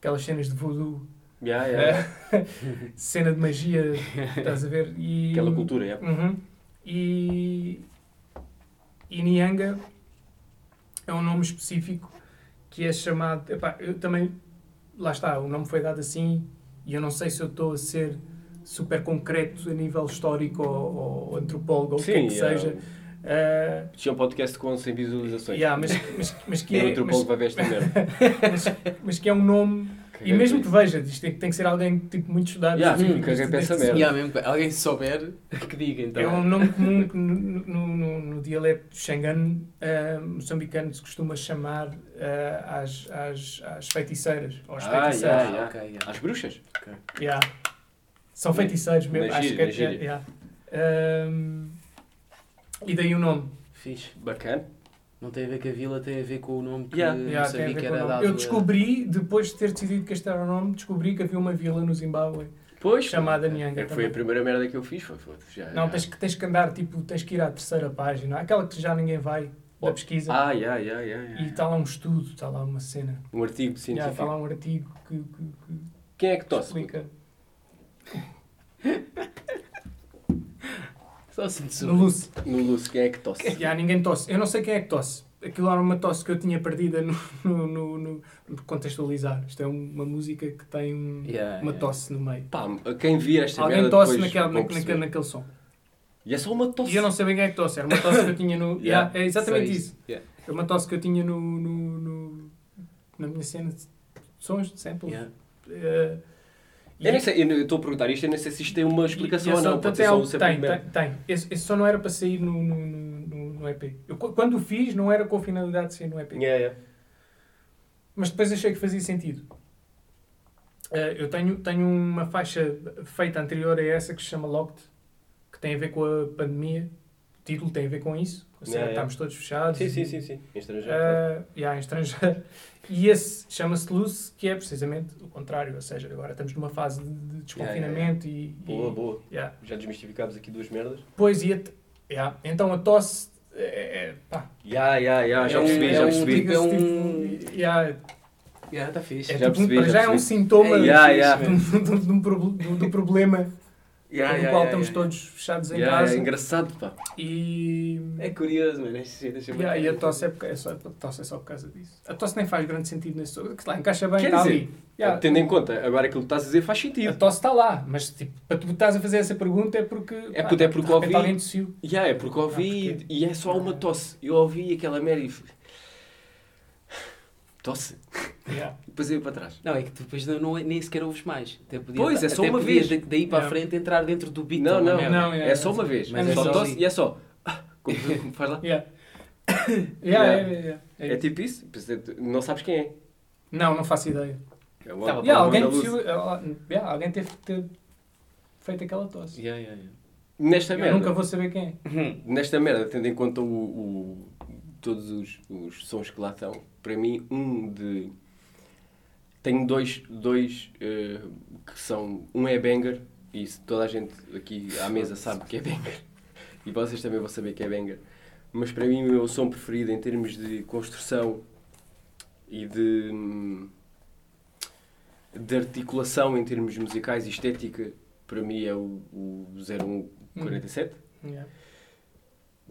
A: aquelas cenas de voodoo
C: Yeah, yeah, yeah.
A: uh, [LAUGHS] cena de magia estás a ver e
C: Aquela cultura, é.
A: Uhum. E, Uhum. E Nianga é um nome específico que é chamado. epá, eu também. Lá está, o nome foi dado assim e eu não sei se eu estou a ser super concreto a nível histórico ou, ou antropólogo ou o que é que
C: é,
A: seja. Ah,
C: Tinha um podcast com 100 visualizações.
A: yeah, mas, mas, mas que
C: É
A: é,
C: outro
A: mas-
C: povo vai ver
A: [LAUGHS]
C: esta merda.
A: mas, mas que é um nome. E mesmo que veja, isto tem, tem que ser alguém tipo, muito estudado.
C: Yeah,
A: tipo,
C: hum, caguei
A: deste-
C: para essa
A: deste-
C: merda.
B: Yeah, mesmo que alguém souber, [LAUGHS] que diga então.
A: É um nome comum que no, no- no- no dialeto xangano, ah, moçambicano, se costuma chamar ah, às, às, às feiticeiras. Ou aos
C: Ah,
A: feiticeiros.
B: Ah,
C: yeah.
B: ok, yeah.
C: Às bruxas.
A: Yeah. São feiticeiros mesmo,
C: Na
A: acho
C: gíria,
A: que é.
C: na gíria.
A: yeah. Ahm, e daí o nome.
B: Fixe.
C: Bacana.
B: Não tem a ver com a vila, tem a ver com o nome que
C: Yeah.
B: não
A: Yeah, tem a
B: sabia
A: ver
B: que
A: com o
B: era
A: nome.
B: dado.
A: Eu
B: a-
A: descobri, depois de ter decidido castar o nome, descobri que havia uma vila no Zimbábue
C: Pois.
A: chamada Nyanga.
C: É que foi
A: também.
C: a primeira merda que eu fiz. Foi, foda-se, já,
A: Não,
C: já.
A: tens que, tens que andar, tipo, tens que ir à terceira página, aquela que já ninguém vai da
C: Oh.
A: pesquisa.
C: Ah, yeah, yeah, yeah, yeah.
A: E está lá um estudo, está lá uma cena.
C: Um artigo científico.
A: Yeah, Está lá um artigo que, que- que
C: Quem é que tosse?
A: explica.
B: Só sinto
A: No Luce.
C: No Lúcio, quem é que tosse?
A: Yeah, ninguém tosse. Eu não sei quem é que tosse. Aquilo era uma tosse que eu tinha perdida no, no, no- no- por contextualizar. Isto é uma música que tem um-
B: Yeah,
A: uma
B: yeah.
A: tosse no meio.
C: Pá, quem vira esta
A: Alguém
C: merda
A: tosse
C: depois
A: naquela,
C: vão
A: na-
C: perceber.
A: naquele, naquele som.
C: E é só uma tosse.
A: E eu não sabia quem é que tosse. Era uma tosse que eu
C: [LAUGHS]
A: tinha no.
C: Yeah,
A: Yeah, é exatamente
C: só
A: isso.
C: Yeah.
A: É uma tosse que eu tinha no, no- no- na minha cena de sons, de samples.
B: Yeah.
A: Eh,
C: Eu nem sei, eu não- eu estou a perguntar isto, eu nem sei se isto tem uma explicação
A: e- e
C: ou
A: esse é
C: não.
A: outro
C: Pode ser
A: até
C: só
A: algo-
C: um
A: tem,
C: sentimento.
A: tem, tem. Esse, esse só não era para sair no, no, no- no- no EP. Eu, qu- quando o fiz, não era com a finalidade de sair no EP.
C: Yeah, yeah.
A: Mas depois achei que fazia sentido. Eh, eu tenho, tenho uma faixa feita anterior a essa que se chama Locked, que tem a ver com a pandemia. O título tem a ver com isso. Ou seja,
C: Yeah, yeah.
A: estamos todos fechados.
C: Sim,
A: e-
C: sim, sim, sim. Em estrangeiro.
A: Uh, yeah, em estrangeiro. [LAUGHS] E esse chama-se Loose, que é precisamente o contrário. Ou seja, agora estamos numa fase de, de desconfinamento e.
C: Boa,
A: e-
C: boa.
A: yeah.
C: Já desmistificámos aqui duas merdas.
A: Pois, e a t- yeah. então a tosse. É, é, pá,
C: Ya, ya, ya, Ah, já
B: É um-
C: percebi,
B: é
C: já
B: um
C: percebi.
B: tipo-
A: diga-se,
B: um-
A: tipo, yeah, é
B: Yeah, tá fixe.
A: tipo
C: Já
A: um-
C: percebi,
A: para
C: já
A: já é um
C: percebi.
A: sintoma
C: É,
A: de-
C: yeah, yeah.
A: [LAUGHS] de- de- de um proble- do, do
C: [LAUGHS]
A: problema
C: Ya,
A: pelo
C: ya,
A: qual
C: ya,
A: estamos
C: ya.
A: todos fechados em
C: Ya,
A: casa.
C: É engraçado, pá.
A: E.
B: É curioso, mano. assim estas cenas são
A: yeah,
B: bacanas.
A: e a tosse é, por- é só, a tosse é só por causa disso. A tosse nem faz grande sentido nesse. que lá, encaixa bem,
C: Quer
A: está
C: dizer,
A: ali. Yeah.
C: Tendo em conta, agora aquilo que estás a dizer faz
A: A
C: sentido.
A: [LAUGHS] tosse está lá, mas tipo, para tu estás a fazer essa pergunta é porque.
C: É porque- é porque
A: de repente
C: ouvi.
A: alguém tossiu.
C: Ya, é porque ouvi
A: Ah,
C: e- e é só uma tosse. Eu ouvi aquela merda e. fui- Tosse.
A: Yeah.
C: E depois eu ia para trás.
B: Não, é que depois não, não- nem sequer ouves mais. Até podia,
C: Pois, é só
B: até
C: uma
B: podia
C: vez.
B: da- daí para a
A: Yeah.
B: frente entrar dentro do beat. tá
C: Não,
B: uma
C: não,
B: merda.
A: não,
C: É só uma vez.
B: Mas
C: é
A: é
C: só
A: só
C: tosse
B: ali.
C: e é só. Ah, Como, como faz lá?
A: Yeah. [COUGHS] Yeah,
C: Yeah.
A: yeah, yeah, yeah. [LAUGHS] É
C: É
A: isso.
C: tipo isso. Pois é, tu- Não sabes quem é.
A: Não, não faço ideia.
C: É uma-
B: Tava Ah,
A: Yeah,
C: uma
A: alguém,
C: onda luz.
A: tossiu, ela- yeah, alguém teve que ter feito aquela tosse.
B: Yeah,
A: [LAUGHS]
B: yeah, yeah.
C: Nesta
A: Eu
C: merda.
A: nunca vou saber quem é.
C: Nesta merda, tendo em conta o, o- todos os, os sons que lá estão, para mim, um de. Tenho dois, dois eh, que são. Um é banger, e se toda a gente aqui à mesa sabe que é banger, [LAUGHS] e vocês também vão saber que é banger, mas para mim, o meu som preferido em termos de construção e de. hum, de articulação em termos musicais e estética, para mim é o, o 0147
A: é. Yeah.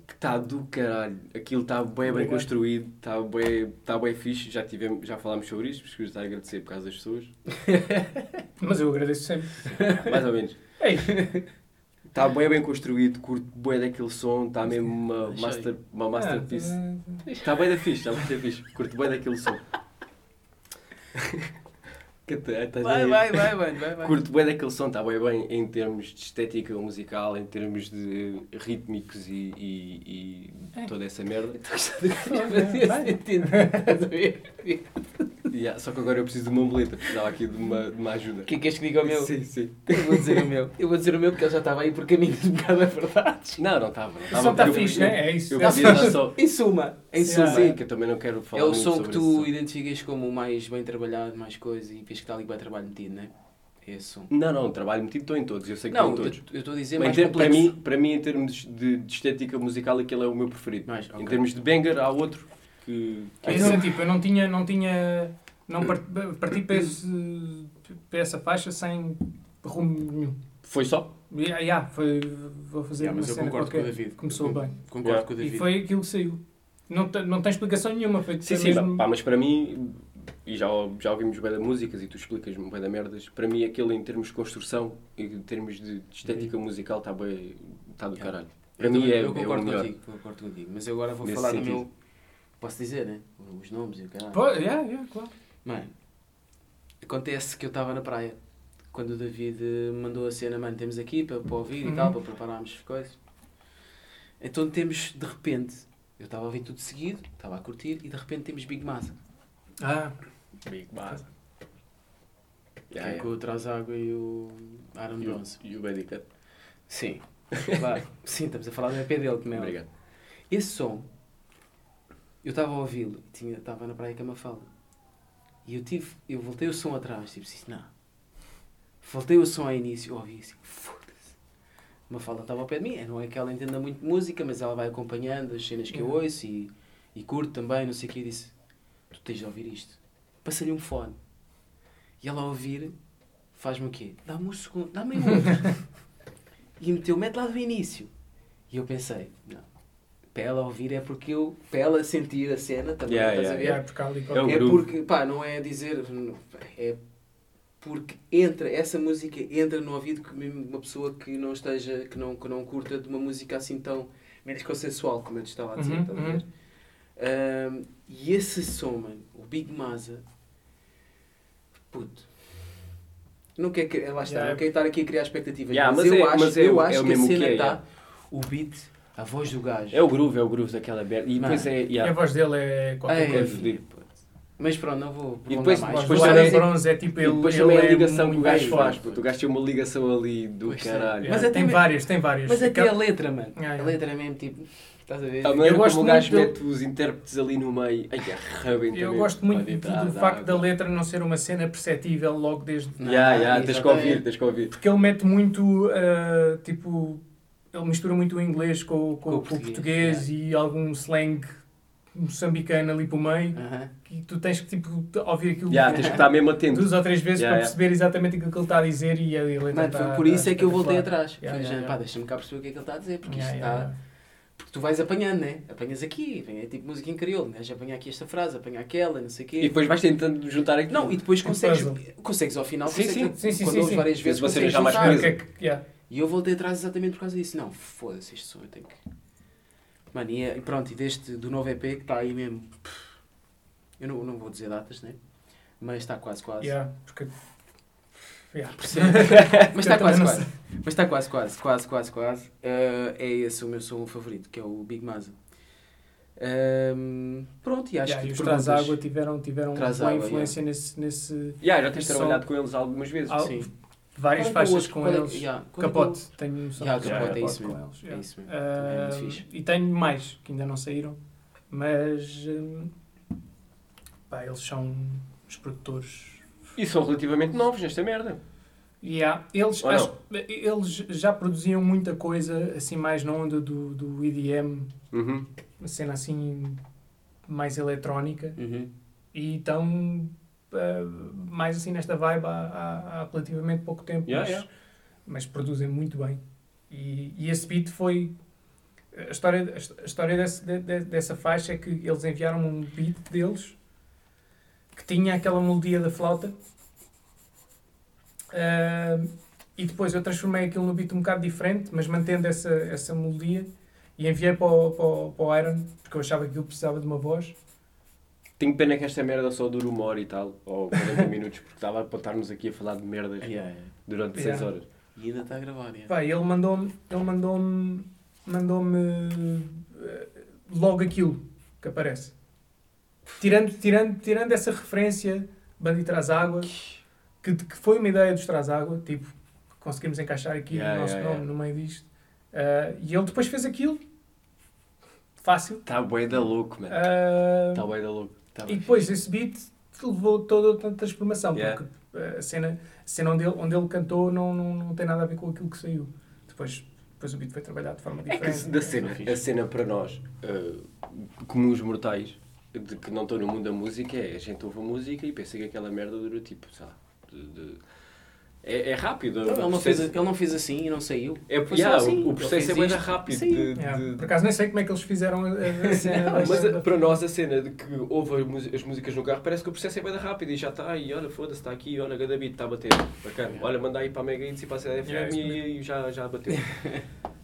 C: que está do caralho. Aquilo está bem, bem
A: Obrigado.
C: construído, está bem, tá bem fixe. Já, tivemos, já falámos sobre isto, porque estar a agradecer por causa das pessoas.
A: Mas eu agradeço sempre.
C: Mais ou menos.
A: Ei.
C: Está bem, bem construído, curto bem daquele som, está mesmo uma,
B: Achei.
C: master, uma masterpiece.
A: Ah,
C: Está bem da fixe, está bem da fixe. Curto bem daquele som. Que tá- estás a
B: Vai,
C: ver?
B: vai, vai, mano, vai, vai.
C: Curto bem daquele som, está bem bem em termos de estética musical, em termos de rítmicos e, e- e
A: É.
C: toda essa merda.
B: Fazia [LAUGHS] sentido, estás a ver?
C: Yeah, só que agora eu preciso de uma muleta, precisava aqui de uma, de uma ajuda.
B: O que é que queres que diga ao meu?
C: Sim, sim.
B: Eu vou dizer o meu. Eu vou dizer o meu porque ele já estava aí por caminhos um bocado afrontados.
C: Não, não estava.
A: o som está fixe, não é? É isso.
C: Eu
A: É
C: podia
A: só- [LAUGHS]
C: dar só.
B: Em suma, em
A: Sim,
B: suma.
C: Sim, que eu também não quero falar
B: É o
C: muito
B: som que
C: sobre
B: tu
C: esse som.
B: identificas como o mais bem trabalhado, mais coisa, e vês que está ali bem trabalho metido, não é? É esse som.
C: Não, não, trabalho metido estou em todos, eu sei que
B: Não,
C: estou em todos.
B: eu eu estou a dizer
C: Mas em
B: mais
C: ter- para,
B: complexo.
C: mim, para mim, em termos de, de estética musical, aquele é o meu preferido.
B: Mais, ok.
C: Em termos de banger, há outro que. que
A: É isso, é tipo, eu não tinha, não tinha, não par- parti para, esse- para essa faixa sem rumo nenhum.
C: é- Foi só?
A: Yeah, yeah, foi, vou fazer
B: Yeah,
A: uma
B: mas eu
A: cena
B: concordo com o
A: qualquer.
B: David.
A: Começou
B: Eu con-
A: bem.
B: Concordo
C: Yeah.
B: com o
A: E
B: David.
A: foi aquilo que saiu. Não, te- não tem explicação nenhuma, foi
C: Sim,
A: foi
C: sim,
A: mesmo-
C: pá, mas para mim, e já, já ouvimos bem da músicas e tu explicas-me bem da merdas, para mim aquele em termos de construção e em termos de de
A: Uhum.
C: estética musical está bem, está do
B: Yeah.
C: caralho. Para
B: Eu
C: mim
B: também-
C: é, é
B: eu
C: o
B: concordo
C: melhor.
B: contigo, eu concordo contigo. Mas eu agora vou
C: Nesse
B: falar
C: sentido.
B: do meu. Posso dizer, né? Os nomes e o caralho.
A: Pô, yeah, yeah, claro.
B: Mano, acontece que eu estava na praia quando o David eh, mandou a cena, mano, temos aqui para, para ouvir e
A: Uhum.
B: tal, para prepararmos as coisas. Então temos, de repente, eu estava a ouvir tudo seguido, estava a curtir e de repente temos Big Massa,
A: Ah,
C: Big Bad.
B: que é com o Trazágua e o Aaron
C: E o-
B: Bronze.
C: E o Badicat.
B: [LAUGHS] Sim, claro. Sim, estamos a falar do EP dele, como é óbvio.
C: Obrigado.
B: Esse som, eu estava a ouvi-lo, tinha- estava na praia com a Mafalda. E eu tive, eu voltei o som atrás, tipo assim, não. Voltei o som ao início, eu ouvi assim, foda-se. A Mafalda estava ao pé de mim, não é que ela entenda muito de música, mas ela vai acompanhando as cenas que eu
C: Uhum.
A: Yeah.
B: ouço e, e curto também, não sei o que, e disse, tu tens de ouvir isto. Passei-lhe um fone. E ela ao ouvir, faz-me o quê? Dá-me um segundo, dá-me outro.
C: [LAUGHS]
B: e meteu, mete lá do início. E eu pensei, não, para ela ouvir é porque eu, para ela sentir a cena, também
C: Yeah,
B: estás
C: yeah,
B: a ver?
A: yeah, porque há ali qualquer-
C: É o
B: É
C: groove.
B: porque, pá, não é dizer, é porque entra, essa música entra no ouvido que mesmo uma pessoa que não esteja, que não, que não curta de uma música assim tão menos consensual, como eu te estava a dizer,
A: Uhum,
B: estás a ver?
A: uhum.
B: Ahm, e esse som, mano, o Big Maza, puto, não quer, que- lá está,
A: Yeah.
B: não quer estar aqui a criar expectativas,
C: Yeah,
B: mas,
C: mas
B: eu
C: é-
B: acho,
C: mas é
B: eu
C: o- é
B: acho
C: o
B: que a
C: mesmo que
B: cena
C: é,
B: está,
C: yeah.
B: o beat, a voz do gajo.
C: É o groove, é o groove daquela merda. E
B: Mano,
C: depois é.
A: E
C: yeah.
A: a voz dele é qualquer
B: Ei,
A: coisa.
C: fodido.
B: puto. Mas pronto, não vou prolongar
C: depois-
A: A
B: mais.
A: voz
C: depois
A: do
C: também-
A: Aaron Bronze é tipo ele.
C: E depois
A: ele
C: também
A: é
C: a ligação que o
A: muito
C: gajo
A: bem.
C: faz, puto. O gajo tem uma ligação ali do
B: Pois é.
C: caralho.
A: Yeah,
B: Mas até
A: tem
B: me-
A: tipo várias, tem várias.
B: Mas até
A: Aquela-
B: a letra, mano.
A: Ah, é.
B: A letra é mesmo tipo. Estás a ver?
C: A maneira
A: Eu gosto
C: como o gajo
A: muito
C: mete os intérpretes ali no meio. Ai,
B: é
C: arrebenta
A: Eu
C: mesmo.
A: gosto muito
C: Olha,
A: do,
C: dá-
A: do
C: dá
A: facto da
C: água.
A: letra não ser uma cena perceptível logo desde.
C: Yeah, yeah, tens que
B: Exatamente.
C: ouvir, tens que ouvir.
A: Porque ele mete muito, ah, tipo, ele mistura muito o inglês com, com,
B: Com o
A: com o português e algum slang moçambicano ali para o meio.
B: Aham.
A: E tu tens que, tipo, ouvir aquilo
C: Yeah, tens que estar mesmo atento.
A: duas ou três vezes
C: Yeah,
A: para
C: yeah.
A: perceber exatamente aquilo que ele está a dizer e a e a letra
B: Mano,
A: tá-
B: foi por
A: tá
B: isso é que eu voltei
A: espetacular.
B: atrás.
A: Yeah,
B: Foi já,
A: yeah,
B: pá,
A: yeah.
B: deixa-me cá perceber o que é que ele está a dizer, porque
A: Yeah,
B: isto
A: yeah,
C: tá-
B: está.
A: yeah.
B: Porque tu vais apanhando, né? Apanhas aqui, vem, é tipo música em crioulo, né? Já apanha aqui esta frase, apanha aquela, não sei o quê.
C: E depois vais tentando juntar aqui.
B: Não, e depois
A: Um
B: consegues,
A: puzzle.
B: consegues ao final,
C: Sim,
B: consegues,
A: sim, sim, sim,
B: quando
A: sim,
B: ouves
A: sim.
B: várias vezes,
C: Uma cena
B: consegues
C: já mais
A: Ah,
B: juntar.
A: o que é que- yeah.
B: E eu voltei atrás exatamente por causa disso. Não, foda-se, este som eu tenho que. Mano, e, é- e pronto, e deste do novo EP que está aí mesmo. pff, Eu não, não vou dizer datas, né? Mas está quase, quase.
A: Yeah, porque- Yeah. [LAUGHS]
B: Mas está
A: Eu também
B: quase,
A: não
B: quase.
A: sei.
B: Mas está quase, quase, quase, quase, quase. Ah, é esse o meu som favorito, que é o Big Maza. Ahm, pronto, e acho
A: Yeah,
B: que
A: e os
B: tu perguntas-
A: Trazágua tiveram, tiveram
B: Trazágua,
A: boa influência nesse, nesse-
C: Yeah, já tens
A: Só-
C: trabalhado com eles algumas vezes.
A: Al-
B: Sim.
A: várias
B: Qual é que é o
A: faixas
B: outro?
A: com
B: Qual é-
A: eles.
B: yeah, qual é que é o-
A: Capote, tenho noção.
B: Yeah,
A: que
C: Capote,
A: tenho
C: é
B: isso
A: com
B: mesmo.
A: eles,
B: É
A: yeah.
B: isso mesmo. Também é
A: Ah,
B: muito fixe.
A: e tenho mais que ainda não saíram, mas hum, pá, eles são os produtores.
C: E são relativamente novos nesta merda.
A: Yeah, eles,
C: Ou
A: acho- eles já produziam muita coisa assim mais na onda do, do EDM,
C: Uhum.
A: uma cena assim mais eletrónica
B: Uhum.
A: e estão ah, mais assim nesta vibe há, há- há relativamente pouco tempo.
C: Yeah,
A: mas-
C: yeah.
A: mas produzem muito bem. E, e esse beat foi. A história, a história desse- de- de- dessa faixa é que eles enviaram um beat deles que tinha aquela melodia da flauta. Ah, e depois eu transformei aquilo num beat um bocado diferente, mas mantendo essa, essa melodia. E enviei para o, para, o, para o Iron, porque eu achava que ele precisava de uma voz.
C: Tenho pena que esta merda só dure uma hora e tal, ou 40
A: [LAUGHS]
C: minutos, porque estava para estarmos aqui a falar de merdas
B: Yeah, yeah.
C: durante
A: Yeah.
C: 6 horas.
B: E ainda está a gravar, yeah.
A: Pá, ele mandou-me ele mandou-me mandou-me eh, logo aquilo que aparece. Tirando, tirando, tirando essa referência Bandi Traz Água, que, que foi uma ideia dos Traz Água, tipo, conseguimos encaixar aqui
C: Yeah,
A: o nosso
C: yeah,
A: nome no meio disto. Ah, e ele depois fez aquilo. Fácil.
C: Está Tá bué da louco, mano.
A: Ah,
C: Está bué da louco.
B: Tá
A: e
B: bem.
A: depois esse beat levou toda outra transformação,
C: Yeah.
A: porque eh, a cena, a cena onde, ele, onde ele cantou não, não, não tem nada a ver com aquilo que saiu. Depois, depois o beat foi trabalhado de forma
C: É
A: diferente.
C: que se- da cena, a cena para nós, eh, comuns mortais, de que não estão no mundo da música, é a gente ouve a música e pensa que aquela merda dura tipo, sei lá, de, de- É, é rápido.
B: Não,
C: o
B: Então, ele, não fez,
C: processo-
B: ele não fez assim e não saiu.
C: É,
B: Foi
C: yeah,
B: só assim,
C: o, o
B: ele
C: processo é
B: fez
C: muito
B: isto,
C: rápido.
B: saiu.
C: de-
A: Yeah,
C: de-
A: Por acaso nem sei como é que eles fizeram a, a- a cena. da-
C: Mas eh,
A: da-
C: a- para nós a cena de que ouve as mu- as músicas no carro parece que o processo é bem rápido e já está e olha, foda-se, está aqui, olha, cada beat está a bater. Bacana. Olha, manda aí para a Mega Hits e para a CDFM
A: Yeah, isso
C: e, e já,
B: [LAUGHS]
C: já bateu.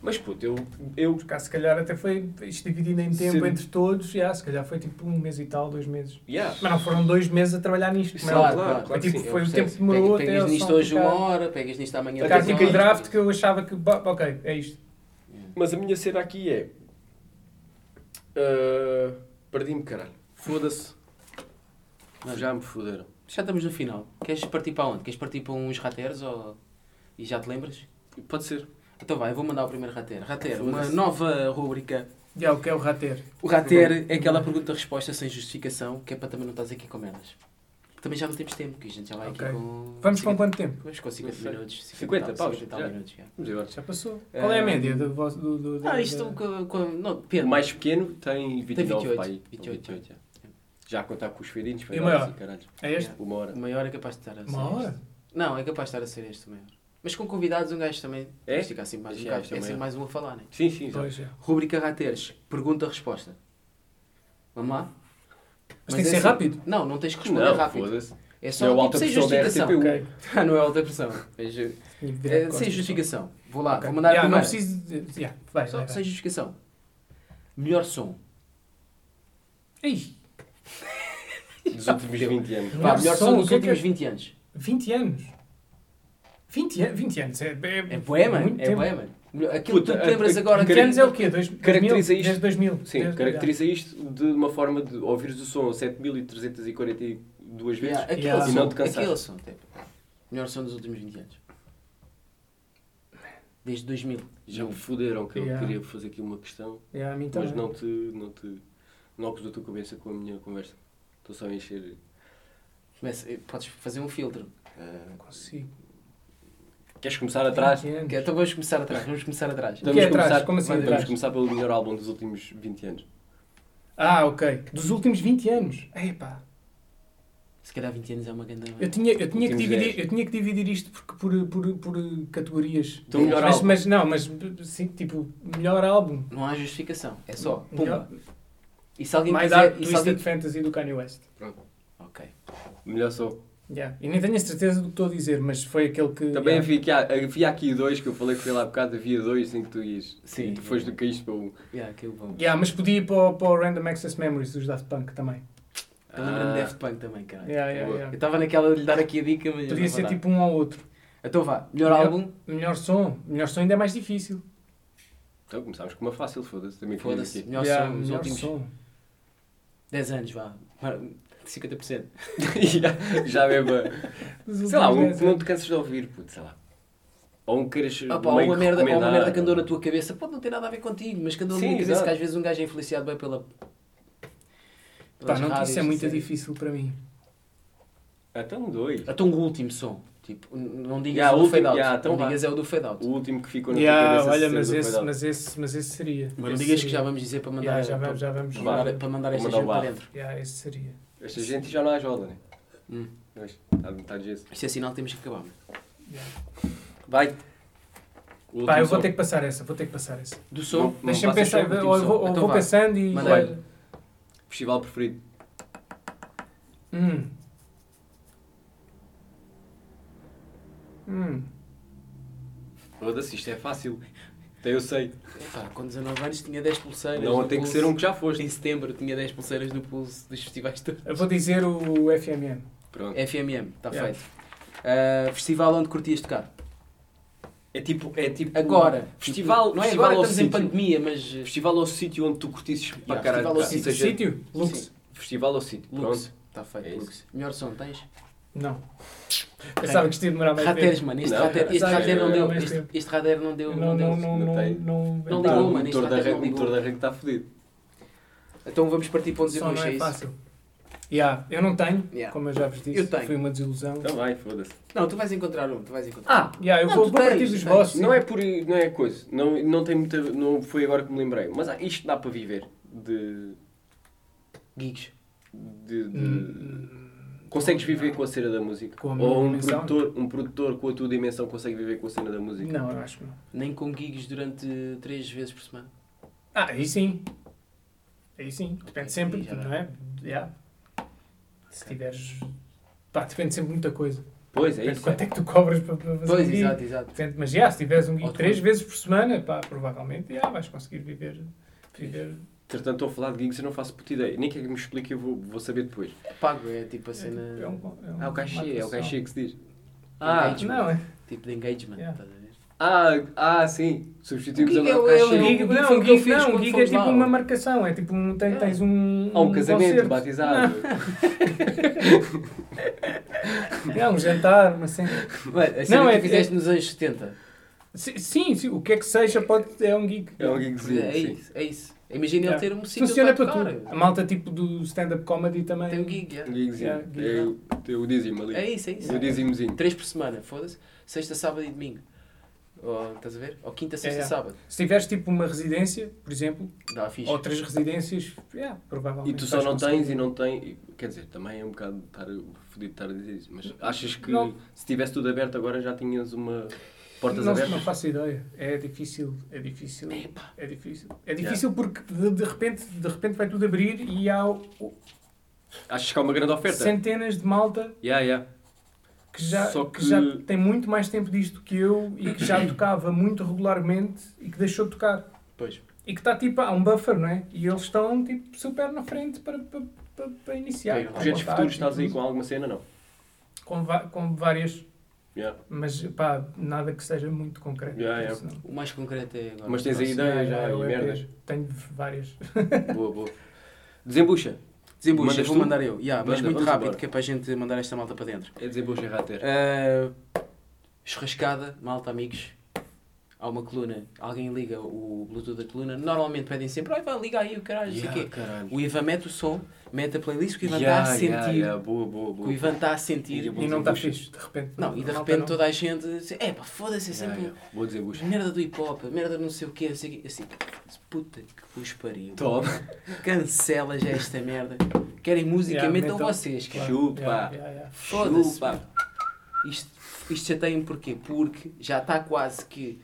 C: Mas puto, eu, eu
A: Por acaso, se calhar até foi isto dividido em tempo
C: Sim.
A: entre todos. Yeah, se calhar foi tipo um mês e tal, dois meses.
C: yeah,
A: Mas não foram dois meses a trabalhar nisto.
C: Sim,
A: mas
C: claro,
A: foi,
C: claro que
A: tipo,
C: sim, é um
A: foi o tempo
B: processo.
A: que demorou
B: Pe-
A: até
B: Pegas
A: eles
B: nisto
A: são
B: hoje uma
A: tocar-
B: hora, pegas nisto amanhã.
A: tocar
C: Até
A: tipo
C: fica
A: em
C: em
A: draft que eu achava que, bah, ok, é isto.
C: Mas a minha cena aqui é. ah, Perdi-me, caralho. Foda-se.
B: Não.
C: Já me fuderam.
B: Já estamos no final. Queres partir para onde? Queres partir para uns rateros ou... e já te lembras?
C: Pode ser.
B: Então vai, eu vou mandar o primeiro rater. Rater,
C: Foda-se.
B: uma nova rúbrica.
A: Já, o que é o rater?
B: O rater é aquela pergunta-resposta sem justificação, que é para também não estás aqui com merdas. Também já não temos tempo, que a gente já vai
A: Ok.
B: aqui com...
A: Vamos com
B: 50
A: quanto tempo?
B: Vamos com 50
C: Não sei.
B: minutos.
C: 50
B: tal,
C: paus,
B: 50 tal
C: já.
B: minutos, já.
C: Vamos embora.
A: Já passou. Qual é a
B: Eh,
A: média do vosso. Do, do, do-
B: Ah, isto
A: da-
B: com... com não,
C: O
B: Pedro.
C: mais pequeno tem 29
B: 28,
C: pá, aí.
B: 28,
C: já. Já a contar com os feirinhos,
A: E o maior?
C: e caralho.
A: É este?
C: Uma hora.
B: O maior é capaz de estar a ser
A: Uma
B: este.
A: hora?
B: Não, é capaz de estar a ser este o maior. Mas com convidados um gajo também
C: É?
B: vai ficar assim mais um
C: Já,
B: gajo.
C: este é
B: É
C: o
B: sempre mais
C: maior.
B: um a falar, né?
C: Sim, sim, já.
A: Pois é.
B: Rúbrica Rateres, pergunta-resposta. Vamos lá?
A: Mas tem que
B: é
A: ser
B: assim-
A: rápido.
B: Não, não tens que responder
C: Não,
B: rápido.
C: foda-se.
B: É
C: Não é
B: só
C: o
B: tipo,
C: alta
B: sem
C: pressão da
B: justificação.
C: RTP1.
A: Ok.
B: Ah, [LAUGHS] não é alta pressão. Mas, eh,
C: é,
A: Tinha que virar de
B: eh, sem
A: costas.
B: justificação. Vou lá,
A: Ok.
B: vou mandar a
A: Já, Não
B: primeira.
A: preciso. de- já, vai,
B: Só
A: vai, vai.
B: sem justificação. Melhor som.
A: Ei,
C: Dos últimos 20 anos.
A: Melhor
B: Vá, melhor
A: som,
B: som
A: o
B: dos
A: que é que
B: últimos
A: é?
B: 20 anos.
A: 20 anos. 20, an- 20 anos. É,
B: É boema,
A: muito
B: é
A: tempo.
B: boema. Aquilo que
C: Puta,
B: tu te lembras
C: a-
B: agora
A: 20
B: que
A: anos é o quê? Dois,
C: Caracteriza
A: 2000?
C: isto-
A: Desde 2000.
C: Sim,
A: Desde-
C: caracteriza isto de uma forma de ouvires o som 7342 vezes.
B: Yeah, aquele
A: Yeah.
B: som,
A: E
C: não te cansar.
B: aquele som, tipo, melhor som dos últimos 20 anos. Desde 2000.
C: Já me fuderam que eu
A: Yeah.
C: queria fazer aqui uma questão.
A: já. Já, a mim também.
C: Mas não te, não te. Não acusou a tua cabeça com a minha conversa. Estou só a encher.
B: Começa- eh, podes fazer um filtro.
A: Não consigo.
C: Queres começar atrás?
A: 20 anos.
B: Ok, então vamos começar atrás, vamos começar atrás.
A: O que é
C: a começar,
A: atrás? Como assim
C: vamos
A: atrás?
C: começar pelo melhor álbum dos últimos 20 anos.
A: Ah, ok. Dos últimos 20 anos. Epá.
B: Se calhar 20 anos é uma grande...
A: Eu tinha, eu, tinha que
C: Últimos
A: dividir,
C: dez.
A: eu tinha que dividir isto por, por, por, por categorias.
C: Então, melhor
A: mas,
C: álbum.
A: mas não, mas sim, tipo, melhor álbum.
B: Não há justificação, é só,
A: Melhor-
B: pumba. E se alguém
A: mais
B: quiser...
A: Dark
B: E se alguém...
A: Twisted Fantasy do Kanye West.
B: Ok.
C: Melhor som.
A: Yeah. E nem tenho a certeza do que estou a dizer, mas foi aquele que.
C: Também
A: Eh, yeah.
C: havia, aqui, ah, havia aqui dois que eu falei com ele há bocado, havia dois em que tu ias.
B: Sim.
C: E depois do que isto para um.
B: Yeah, aquilo bom.
A: Yeah, mas podia ir para, o- para o Random Access Memories dos Daft Punk também.
B: Eu lembro-me de
C: Ah.
B: Daft Punk também, caralho.
A: Yeah, yeah,
C: boa.
A: yeah.
B: Eu estava naquela de lhe dar aqui a dica, mas...
A: Podia
B: não
A: ser
B: vou dar.
A: tipo um ao outro.
B: Então vá, melhor
A: Melhor-
B: álbum...
A: Melhor som. Melhor som ainda é mais difícil.
C: Então começámos com uma fácil, foda-se. Também queria
B: Foda-se,
C: aqui.
B: melhor
A: Yeah,
B: som dos
A: melhor
B: últimos
A: som.
B: 10 anos, vá. Mar- 50%.
C: [LAUGHS] já, já mesmo. a-
A: Dos
C: Sei lá,
A: últimos
C: um
A: dez
C: que não
A: anos.
C: te cansas de ouvir, puto, sei lá. Ou um que queiras.
B: Ah, pá,
C: meio
B: uma
C: que
B: merda, ou uma
C: recomendar,
B: merda que andou
C: ou-
B: na tua cabeça pode não ter nada a ver contigo, mas que andou na
C: Sim,
B: minha cabeça
C: exato.
B: que às vezes um gajo é influenciado bem pela.
A: Pá,
B: pelas
A: não,
B: rádios,
A: isso é muito
B: sei.
A: difícil para mim.
C: Então dois.
B: Então o último som, tipo, n- não digas
C: Yeah,
B: o do
C: último,
B: fade out.
C: yeah, então
B: não
C: vá.
B: digas é o do fade out.
C: O último que ficou na
A: Yeah,
C: tua cabeça.
A: olha,
C: se
A: mas
C: sendo
A: esse,
C: cuidado.
A: mas, esse, mas esse seria.
B: Mas não
A: Esse
B: digas que
A: seria.
B: é já vamos dizer para mandar.
A: Yeah, já vamos, já
B: para,
A: vamos.
C: Vá.
B: mandar, para mandar esta
C: Vamos
B: gente
C: mandar
B: para
C: o
B: dentro.
A: Yeah, esse seria.
C: Esta gente já não há jola, né?
B: Hum.
C: Mas está de metade disso.
B: Isto é sinal que temos que acabar. mano.
C: Vai.
A: Pá, eu vou ter que passar essa, vou ter que passar essa.
B: Do som,
C: Não
A: Deixa-me
C: passas
A: pensar,
C: só o último
A: ou eu
C: som.
A: vou, ou
B: Então
A: vou
B: vá.
A: pensando e.
B: Manda aí.
A: olha.
C: Festival preferido.
A: Hum. Hum.
C: Foda-se, isto é fácil. Até eu sei.
B: Epá, com 19 anos tinha 10 pulseiras.
C: Não
B: no
C: tem que
B: pulso.
C: ser um que já foste.
B: Em setembro tinha 10 pulseiras no pulso dos festivais todos.
A: Eu vou dizer o FMM.
B: É
C: Pronto.
B: FMM,
A: Yeah.
B: está tá feito. Ah, festival onde curtias tocar?
C: É tipo. É tipo
B: Agora.
C: Festival.
B: Não é
C: festival
B: agora,
C: ao
B: estamos em
C: sítio.
B: pandemia, mas... eh,
C: Festival ao sítio onde tu curtisses para
B: festival
C: caralho.
B: ao
C: pá.
B: sítio.
C: Ou seja,
A: Sítio? Lux.
C: Festival ao sítio.
B: Lux.
C: Pronto.
B: Está Tá feito,
C: É
B: Lux. Melhor som, tens?
A: Não. Pensava que isto ia demorar mais
B: Rateres,
A: tempo.
B: mano. Este
C: Não,
B: rater, este
A: sabe,
B: rater não
A: é,
B: deu...
A: mas
B: Este,
A: tem-
B: este rater não deu...
A: Não,
B: Não deu.
A: não, não,
C: Não
A: não,
C: tem.
A: não.
B: Não
A: dá.
B: ligou,
C: o
B: mano, isto
C: motor da
B: até não
C: arranque- o
B: ligou.
C: motor da arranque está fodido.
B: Então vamos partir para um
A: Só não
B: desembucha, é
A: é
B: isso?
A: fácil. Yeah, eu não tenho,
B: Yeah.
A: como eu já vos disse.
B: Eu tenho.
A: Foi uma desilusão.
C: Então vai, foda-se.
B: Não, tu vais encontrar um, tu vais encontrar
C: Ah!
A: Yeah, eu
B: Não,
A: vou,
B: tu
A: vou partir
B: tens,
A: dos
B: tens.
A: vossos.
C: Não é por. Não é coisa. Não, não tem muita. Não foi agora que me lembrei. Mas ah, isto dá para viver. De.
B: um. Gigs.
C: de, de-
A: Hum,
C: Consegues viver com a cena da música?
A: Com a minha
C: Ou um
A: dimensão?
C: produtor, um produtor com a tua dimensão consegue viver com a cena da música?
A: Não, eu acho que não.
B: Nem com gigs durante três vezes por semana.
A: Ah, aí sim. Aí sim. Depende sempre,
B: Aí já dá.
A: não é? Yeah. Se
B: Ok.
A: tiveres. Pá, depende sempre de muita coisa.
C: Pois, é
A: Depende de
C: isso.
A: quanto é que tu cobras para para fazer
B: Pois,
A: um gig.
B: exato, exato.
A: Depende, mas já, se tiveres um
B: Ou
A: gig
B: de
A: três
B: quanto?
A: vezes por semana, pá, provavelmente já vais conseguir viver. viver.
C: Entretanto, estou a falar de gigs eu não faço puta ideia. Nem quero que me explique, eu vou, vou saber depois.
B: Pago é tipo a
A: É,
B: cena.
A: tipo, é um- é um-
C: Ah, o
A: uma
C: cachê, é o
A: atuação.
C: cachê que
A: Um
C: se diz.
B: Ah,
C: Ah,
A: Não, é.
B: Tipo de engagement,
A: Yeah.
B: estás a ver?
C: ah, ah sim. Substituímos
B: O gig
C: agora o
B: é- é
C: cachê.
B: um
A: Gig,
B: gig
A: não,
B: foi o
A: gig,
B: que eu fiz
A: não,
B: quando
A: gig é
B: fomos
A: tipo
B: lá.
A: uma marcação, é tipo um. Tem,
B: Ah.
A: tens um.
C: Há um casamento,
A: concerto. [LAUGHS]
C: batizado.
A: Não, um jantar, uma cena.
B: não,
A: é-
B: é que fizeste nos anos 70.
A: Si- Sim, sim, o que é que seja pode, é um gig.
C: É um gigzinho,
B: é
C: sim.
B: isso, é isso. Imagina ele
A: Yeah.
B: ter um sítio
A: Funciona
B: para
A: para
B: tocar.
A: tudo. A malta tipo do stand-up comedy também.
B: Tem um gig,
C: Um
B: yeah.
C: gigzinho.
A: Yeah, gig,
C: É o- é o dízimo ali.
B: é isso, é isso.
C: O dízimozinho.
B: Três por semana, foda-se. Sexta, sábado e domingo. Ou, estás a ver? Ou quinta, sexta,
A: yeah.
B: sábado.
A: Se tiveres tipo uma residência, por exemplo,
B: Dá fixe.
A: ou três residências, yeah,
C: E
A: provavelmente.
C: tu só
A: vais
C: não
A: conseguir.
C: tens e não tens. e- Quer dizer, também é um bocado estar, fodido estar a dizer isso, mas achas que
A: Não.
C: se tivesse tudo aberto agora já tinhas uma. Portas
A: não,
C: abertas?
A: não faço ideia. É difícil, é difícil. É difícil. É
C: Yeah.
A: difícil porque de, de repente, de repente vai tudo abrir e há o- o-
C: Achas que há uma grande oferta?
A: centenas de malta
C: Yeah, yeah.
A: que já,
C: Só
A: que...
C: que-
A: já tem muito mais tempo disto que eu e que
C: [COUGHS]
A: já tocava muito regularmente e que deixou de tocar.
B: Pois.
A: E que está tipo, há um buffer, não é? E eles estão tipo super na frente para, para, para, para iniciar.
B: Tem
A: Para
C: Projetos
A: botar,
C: futuros
A: tipo,
C: estás aí com alguma cena? Não.
A: com, va- com várias,
C: Yeah.
A: mas pá, nada que seja muito concreto.
C: Yeah, yeah.
A: Isso não.
B: O mais concreto é agora.
C: Mas tens aí
B: Próximo.
C: ideias já
A: Ah,
C: e
A: eu é que
C: merdas.
A: Tenho várias.
C: Boa, boa. Desembucha.
B: Desembucha,
C: Mandas
B: vou
C: tu?
B: mandar eu. Yeah, mas
C: Manda,
B: muito
C: vamos
B: rápido,
C: embora.
B: que é para a gente mandar esta malta para dentro.
C: É desembucha rater.
B: Uh, churrascada, malta, amigos. Há uma coluna, alguém liga o Bluetooth da coluna. Normalmente pedem sempre, "Ai, vai, liga aí o caralho, não sei o quê.
C: caralho.
B: O Ivan mete o som, mete a playlist que o Ivan está
C: Yeah,
B: a sentir.
C: yeah, yeah. Boa, boa,
B: que
C: boa.
B: O Ivan está a sentir.
C: E eu
A: E não está
C: Desembucha.
A: fixe, de repente.
B: Não, e de
A: A malta
B: repente
A: não-
B: toda a gente. É pá, foda-se, é sempre.
C: Yeah, yeah. Boa desembucha.
B: Merda do hip hop, merda do não sei o quê, não sei o quê. Assim, puta que vos pariu.
C: Top. [LAUGHS]
B: Cancela já esta merda. Querem música,
A: Yeah,
B: metam
A: metam.
B: vocês, cara.
A: Claro,
C: Chupa.
A: yeah, yeah, yeah.
B: Foda-se.
C: Chupa.
B: Isto, isto já tem um porquê? Porque já está quase que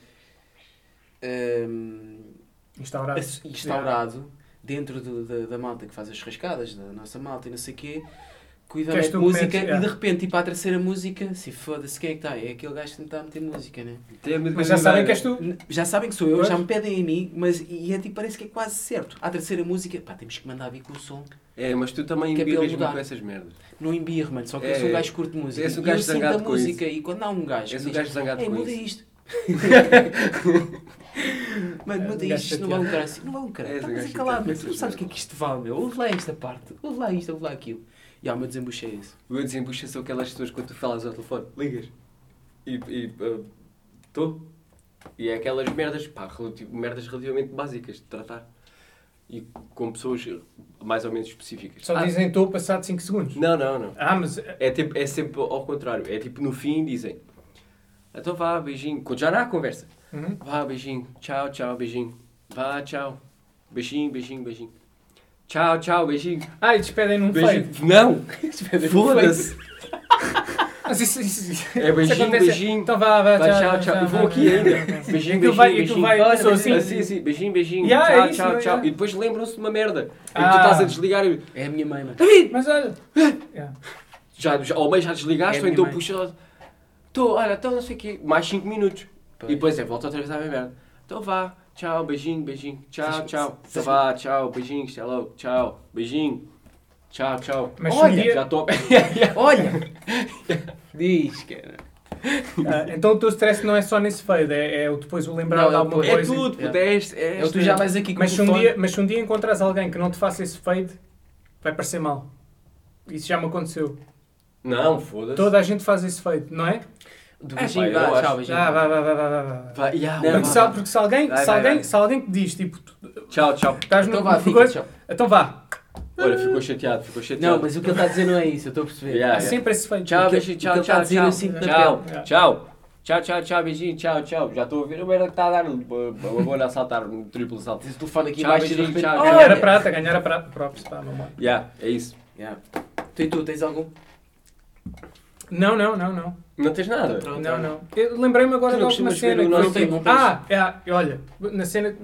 B: hum,
A: Instaurado.
B: ass- instaurado dentro do- da, da malta que faz as churrascadas, da nossa malta e não sei o quê, cuida
A: Que és
B: de
A: tu que
B: música
A: metes,
B: e
A: é.
B: de repente, tipo, à terceira música, se foda-se, quem é que está? É aquele gajo que está a meter música, né?
C: Tem a mesma
A: Mas já sabem
C: ideia.
A: que és tu.
B: N- Já sabem que sou eu,
A: Pois.
B: já me pedem a mim, mas e é tipo, parece que é quase certo. À terceira música, pá, temos que mandar vir com o som.
C: É, mas tu também
B: Que é para ele
C: embirras muito
B: mudar.
C: com essas merdas.
B: Não embirro, mano, só que
C: É,
B: eu sou um
C: é.
B: gajo que curte música.
C: És um
B: E
C: gajo
B: eu sinto a
C: zangado com
B: música e quando há um gajo
C: És
B: que
C: um gajo zangado
B: Ei,
C: com
B: muda
C: isso.
B: isto.
C: [LAUGHS]
B: Mano,
A: É,
B: muda
A: um gajo
B: isto, isto não vale um caralho. Isto Não vale um caralho.
C: És um
B: Estás a
C: gajo
B: calar,
C: chateado
B: mas tu não sabes o que é que isto vale, meu. Ouve lá esta parte, ouve lá isto, ouve lá aquilo. E há o meu desembucho é
C: [LAUGHS]
B: esse.
C: O meu desembucha são aquelas pessoas quando tu falas ao telefone, ligas e. Estou. e é aquelas merdas, pá, relati- merdas relativamente básicas de tratar. E com pessoas mais ou menos específicas.
A: Só
C: Ah,
A: dizem estou passado 5 segundos.
C: Não, não, não.
A: Ah, mas eh,
C: É, tipo, é sempre ao contrário. É tipo no fim dizem. Então vá, beijinho. Quando já não há conversa.
A: Uhum.
C: Vá, beijinho. Tchau, tchau, beijinho. Vá, tchau. Beijinho, beijinho, beijinho. Tchau, tchau, beijinho.
A: ah, eles pedem num
C: Beijinho.
A: feio.
C: Não! é
B: pedem um
C: Foda-se!
A: Mas isso, isso, isso.
C: É beijinho,
A: acontece-
C: beijinho.
A: Então vá, vá,
C: Vai, tchau, tchau. E vou aqui
A: [LAUGHS]
C: ainda. Beijinho,
A: É, E tu
C: beijinho,
A: vai- e tu
C: beijinho.
A: vai-
C: Olha,
A: sou assim.
C: assim, assim. Beijinho, beijinho.
A: Yeah,
C: tchau,
A: é isso,
C: tchau,
A: é,
C: tchau.
A: é.
C: E depois lembram-se de uma merda. É que tu
A: Ah.
C: estás a desligar e...
B: É a minha mãe,
A: Então,
B: mano.
C: David!
A: Mas
C: [LAUGHS]
A: olha. Yeah.
C: Já, já, ao meio já desligaste
B: É
C: ou então
B: demais.
C: puxa... Tô, olha, então não sei o quê. Mais 5 minutos.
B: Pois.
C: E depois é, volta outra vez à mesma merda. Então vá. Tchau, beijinho, beijinho. Tchau,
B: Sabes-
C: tchau. Então
B: sabes-
C: vá, tchau, beijinho. Até logo. Tchau, beijinho. Tchau, tchau.
A: Mas se um
C: olha,
A: dia-
C: já estou...
B: Olha! Diz, cara.
A: Ah, então o teu stress não é só nesse fade, é, é o depois o lembrar
B: Não,
A: de
B: é o
A: alguma
B: depois.
C: é
A: coisa.
C: tudo,
B: é.
C: puto. É este... É
B: É o
C: este.
B: tu já vais aqui com
A: Mas
B: o
A: se, um
B: telefone.
A: dia, mas se um dia encontrares alguém que não te faça esse fade, vai parecer mal. Isso já me aconteceu.
C: Não, foda-se.
A: Toda a gente faz esse fade, não é?
B: Do
C: Ah,
B: beijinho,
C: pá, eu
B: vá,
C: acho.
B: tchau, beijinho.
A: Ah, vá, vá, vá, vá, vá, vá.
C: Vai, yeah,
B: Não,
A: Porque,
C: mano.
B: vá,
A: se, porque se alguém,
C: Vai,
A: se
C: vai,
A: alguém,
C: vai.
A: se alguém te diz, tipo, tu
C: Tchau, tchau.
A: estás
B: Então
A: no-
B: vá,
A: no
B: fica,
A: coisa-
B: tchau.
A: Então vá.
C: Olha, ficou chateado, ficou chateado.
B: Não, mas o que ele está a dizer não é isso, eu estou a perceber.
C: Yeah. Ah,
A: Há
C: é.
A: sempre esse fade.
C: Tchau,
B: o que-
C: beijinho,
B: o que
C: tchau,
B: ele
C: tchau,
B: tá a
C: tchau,
B: dizer, eu sinto na
C: tchau,
A: pele.
C: tchau, tchau, tchau, tchau, beijinho, tchau, tchau. Já estou a ver a merda que está a dar, a babona a saltar um triplo salto.
B: Tens o telefone aqui
C: Tchau,
B: embaixo e de
C: beijinho,
B: repente.
C: tchau, é
A: Ganhar
B: Olha!
A: a prata, ganhar a prata. Próprio, pá, mamãe.
C: Já, é isso.
B: Yeah. Tu e tu, tens algum?
A: Não, não, não, não.
C: Não tens nada.
B: Tá Não,
A: Não,
B: tá.
A: não. Eu Lembrei-me agora
C: Tu
A: de
C: não
A: alguma
C: costumas ver
A: cena
C: o
A: que
C: Nós
A: foi
C: Não Tem
A: tipo-
C: Compras?
A: Ah, é, olha, na cena,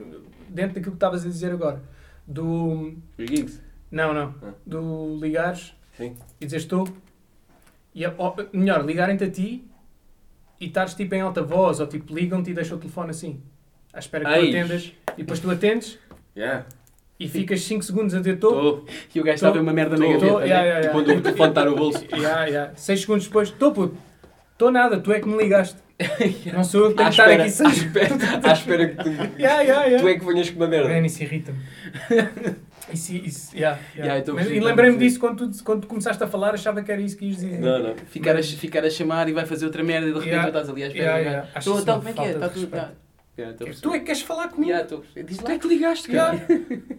A: dentro daquilo que estavas a dizer agora, do.
C: Os gigs.
A: Não, não.
C: Ah.
A: Do ligares
C: Sim.
A: e dizeres estou. E, é- ou, melhor, ligarem-te a ti e estares tipo em alta voz, ou tipo ligam-te e deixam o telefone assim, à espera que
C: Ai.
A: tu atendas. E depois tu atendes
C: Yeah.
A: e ficas 5 segundos a dizer estou.
C: Estou.
D: E
B: tá
D: o gajo
A: Tô-
C: É
D: estava uma merda na
C: tô-
D: gaveta.
A: Estou.
D: né?
A: yeah, yeah, yeah.
C: Tipo, quando o telefone está no [LAUGHS] bolso.
A: Yeah, yeah. 6 segundos depois, estou puto. Estou nada, tu é que me ligaste. Não sou eu que tenho
C: À
A: que estar
C: espera,
A: aqui
C: à
A: sem.
C: espera, à espera que [LAUGHS] tu,
A: Yeah, yeah, yeah.
C: tu é que venhas com uma merda.
A: Mano, isso irrita-me. Isso, isso, yeah, yeah.
D: Yeah, eu tô a
A: Mas-
D: perceber,
A: e
D: tô a
A: lembrei-me
D: perceber.
A: disso quando tu, quando tu começaste a falar, achava que era isso que ias dizer.
C: Não, não.
B: Ficar a, ficar a chamar e vai fazer outra merda e de repente
A: Yeah.
B: tu estás ali à espera.
A: Yeah,
B: do gajo.
A: yeah. Acho
B: Então,
A: isso
B: então,
A: uma
B: como é que é?
A: falta
B: Está
A: de
B: tudo.
A: respeito.
B: Yeah, estou a perceber.
A: Tu é que queres falar comigo?
B: Yeah, estou a perceber. Diz
C: Tu
B: lá
C: é que ligaste, cara.
A: Yeah. [LAUGHS]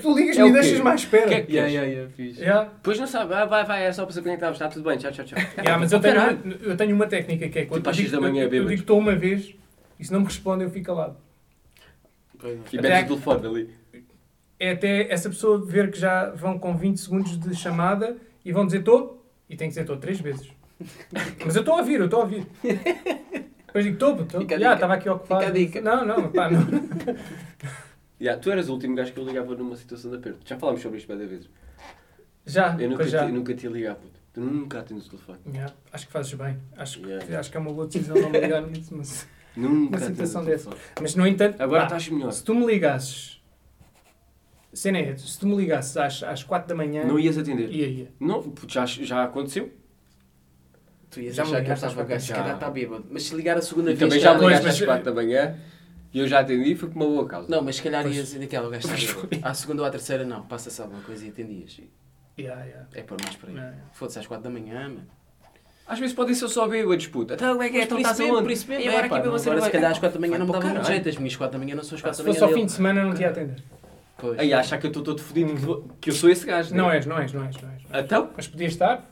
A: Tu ligas-me
C: É o
A: e
C: quê?
A: deixas-me à espera.
C: Que é que-
B: Yeah, yeah, yeah, fixe.
A: Yeah.
C: Depois não sabe. Ah, vai, vai, é só para saber quem é que estavas. Está tudo bem. Tchau, tchau, tchau.
A: Yeah, mas eu tenho, uma, eu tenho uma técnica que é quando
C: oh, Tipo
A: eu
C: às seis
A: digo-
C: da manhã,
A: eu- eu
C: bêbado.
A: digo estou uma vez e se não me responde eu fico calado.
C: E
A: Até
C: metes o
A: que-
C: telefone ali.
A: É até essa pessoa ver que já vão com 20 segundos de chamada e vão dizer estou e tem que dizer estou três
C: [LAUGHS]
A: vezes. Mas eu estou a ouvir, eu estou a ouvir. Depois digo estou, estou.
B: Fica a
A: Já,
B: dica.
A: estava aqui ocupado.
B: Fica a dica.
A: Não, não, pá, não.
C: [LAUGHS] Yeah, tu eras o último gajo que eu ligava numa situação de aperto. Já falámos sobre isto várias vezes.
A: Já,
C: Eu nunca,
A: Ah, pois já.
C: te, nunca te ia ligar, puto. Tu nunca atendes o telefone.
A: Yeah, acho que fazes bem. Acho, que-
C: Yeah.
A: acho que é uma boa decisão não me ligar nisso. Mas, Uma
C: Nunca atendes o
A: situação
C: telefone.
A: mas no entanto,
C: Agora
A: pá,
C: estás melhor.
A: se tu me ligasses, cena é, se tu me ligasses às, às 4 da manhã,
C: Não ias atender.
A: ia, ia.
C: Não, puto, já, já aconteceu.
B: Tu ias
A: Já me
B: achar que eu
A: ligaste às
B: estava gajo, se
C: quatro.
B: calhar está bêbado. Mas se ligar a segunda
C: E
B: vez.
C: também já me
B: está-
A: Pois,
C: ligaste
A: mas-
C: às 4 da manhã e eu já atendi e foi por uma boa causa.
B: Não, mas se calhar
A: Pois.
B: ias daquela, o gajo está bêbado. À segunda ou à terceira, não. Passa-se alguma coisa e atendias.
A: Yeah, yeah.
B: É por mais para aí.
A: Yeah, yeah.
B: Foda-se às 4 da manhã, mano.
C: Às vezes podem ser só bêbados, puta. Então, como é que é?
B: Mas
C: Então
B: por isso
C: estás
B: mesmo,
C: aonde?
B: por isso mesmo.
C: E
B: é,
C: agora
B: pá,
C: aqui vem
B: não,
C: você
B: agora
C: não
B: se
C: vai-
B: calhar às 4 da manhã
C: Vai
B: não me
C: para
B: dava
C: o
B: muito
C: caralho.
B: jeito. As minhas 4 da manhã não são as 4
A: Se
B: da manhã.
A: fosse ao
B: dele.
A: fim de semana, não te ia atender.
B: Pois.
C: Aí achar que eu estou todo fodido, que vou- que eu sou esse gajo.
A: Não é.
C: né?
A: és, não és, não és, não és.
C: Então,
A: Mas podias estar.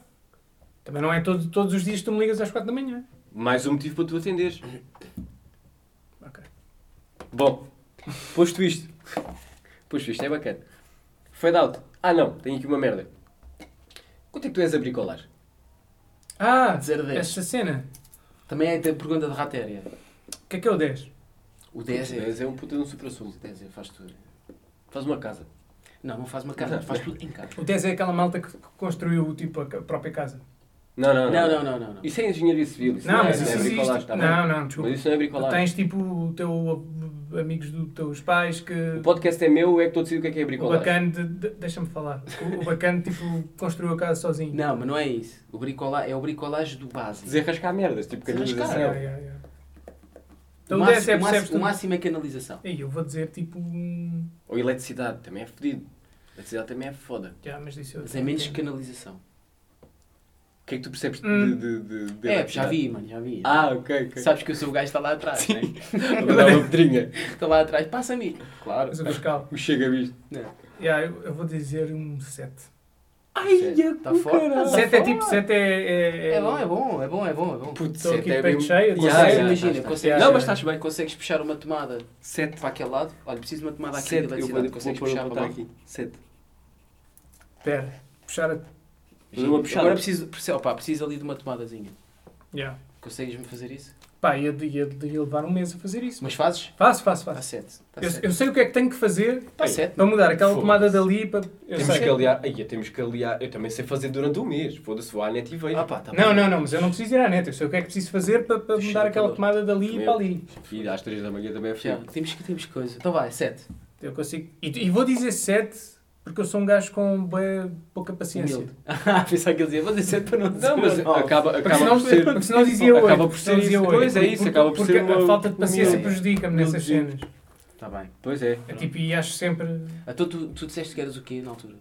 A: Também não é todo- todos os dias que tu me ligas às 4 da manhã.
C: mais um motivo para tu atenderes.
A: [COUGHS] Ok.
C: Bom, posto isto. Posto isto, é bacana. Fade out. Ah não, tenho aqui uma merda. Quanto é que tu és a bricolar?
A: Ah,
B: De zero a dez.
A: esta cena.
B: Também é da pergunta de ratéria.
A: O que é que é o 10?
B: O 10 é.
C: é um puta de um super
B: O 10 é, faz tudo.
C: Faz uma casa.
B: Não, não faz uma casa,
C: Não.
B: faz tudo em casa.
A: O 10 é aquela malta que que construiu tipo, a ca- própria casa.
C: Não, não, não.
B: Não, não, não, não. não.
C: Isso é engenharia civil. Isso não,
A: Não,
C: é,
A: mas
C: não é
A: isso
C: bricolagem,
A: existe.
C: tá bem?
A: Não, não, desculpa.
C: Mas isso não é bricolagem.
A: Tens tipo o teu ab- amigos dos teus pais que.
C: O podcast é meu, é que estou a decidir o que é que é
A: O
C: bricolagem.
A: bacana, de- de- deixa-me falar. O, o bacana, tipo, construiu a casa sozinho.
B: Não, mas não é isso. O bricola... É o bricolagem do básico.
C: Desarrascar merdas, tipo
A: Ah,
C: canalização.
A: yeah, yeah, yeah. Então
B: é. O
A: o 10 é
B: máximo, o
A: percebes
B: máximo, o
A: tudo.
B: máximo é canalização.
A: Ei, eu vou dizer tipo. hum,
C: Ou eletricidade, também é fodido. Eletricidade também é foda.
A: Já, mas disse eu.
B: Mas é menos que canalização.
C: O que é que tu percebes de,
A: Hum.
C: de, de, de
B: É, já
C: eletricidade?
B: vi, mano, já vi.
C: Ah, ok, ok.
B: Sabes que o seu gajo está lá atrás, né?
C: [LAUGHS] Vou dar uma pedrinha.
B: Está lá atrás, passa-me. Claro.
A: Mas o fiscal.
C: O chega visto.
A: Yeah, eu, eu vou dizer um 7.
C: Ai,
B: Está forte. Tá
A: 7 é
B: forte.
A: tipo, 7 é. é,
B: É bom, é bom, é bom, é bom. É bom.
C: Puto,
A: Estou
C: sete
A: aqui
C: é
A: de peito
C: mesmo-
A: cheio,
C: Ya,
A: consegue?
C: ya,
B: imagina,
C: tá, tá.
B: consegue-
C: Não, mas estás bem.
B: Consegues puxar uma tomada
C: Sete.
B: para aquele lado? Olha, preciso de uma tomada aqui
C: Sete.
B: da
C: Eu vou,
B: eletricidade.
C: vou,
B: Consegues
C: pôr
B: puxar
C: o
B: para
C: botão
B: lá?
C: aqui. Sete.
A: Espera, puxar a.
C: Imagina, uma puxada.
B: Agora preciso, preciso, opa, preciso ali de uma tomadazinha.
A: Yeah.
B: Consegues-me fazer isso?
A: Pá, ia, ia, ia levar um mês a fazer isso.
B: Mas fazes? Tá
A: Faço, faço,
B: Está
A: faço.
B: sete. Está
A: Eu,
B: sete.
A: eu sei o que é que tenho que fazer
B: Está sete.
A: para mudar aquela
C: Foda-se.
A: tomada dali para. Eu
C: Temos
A: sei.
C: que aliar. Aí, temos que aliar. Eu também sei fazer durante um mês. Foda-se, vou à net e vejo.
B: Ah, pá, tá
A: Não,
B: bem.
A: não, não, mas eu não preciso ir à neta. Eu sei o que é que preciso fazer para, para
B: Deixa
A: mudar
B: eu
A: aquela
B: calor.
A: tomada dali
C: Meu.
A: para ali.
C: E às três da manhã também é
B: Já,
C: frio.
B: temos que temos coisa. Então vai, sete.
A: Eu consigo. E, e vou dizer 7 porque eu sou um gajo com bué pouca paciência.
B: Humilde. [LAUGHS] Ah, pensava que ele dizia, vou dizer sete para não dizer.
C: Não, mas
B: nove.
C: acaba,
A: Porque senão,
C: acaba por ser.
A: porque senão dizia 8.
C: Acaba por ser isso. Pois é isso, acaba por
A: porque
C: ser uma-
A: a falta de paciência
B: humilde.
A: prejudica-me nessas cenas.
C: Humildezinho.
B: Tá bem.
C: Pois é.
A: É tipo, e acho sempre.
B: Então tu, tu disseste que eras o quê na altura?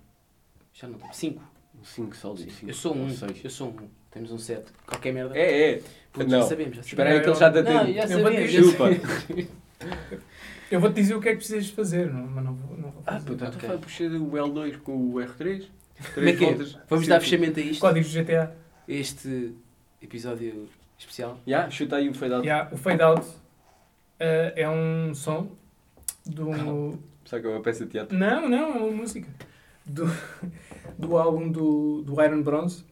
B: Já não lembro. Cinco.
C: Cinco soldos.
B: Eu sou um.
C: Ou seis.
B: Eu sou um. Temos um sete. Qualquer merda.
C: É, é.
B: Putz,
C: não.
B: Já sabemos. Já
C: Espera
B: sabemos.
C: aí que ele já te
B: Não, é assim, já
C: atende.
A: Eu vou
B: sabemos.
A: dizer-
B: já
C: Chupa.
B: sabemos. [LAUGHS]
A: Eu vou-te dizer o que é que precisas fazer, não- mas não vou. Não vou
C: Ah,
A: fazer.
C: puta,
B: Ok.
C: então vai puxar o L2 com o R3.
B: Como é
C: Três
B: que é?
C: voltas.
B: Vamos
C: Sim.
B: dar fechamento a isto.
A: Códigos do GTA.
B: Este episódio especial.
C: Já, chuta aí o fade out.
A: Yeah, o fade out eh, é um som de
B: Ah,
A: um.
C: Sabe que é uma peça de teatro?
A: Não, não, [LAUGHS] é uma música. Do, do álbum do, do Iron Bronze.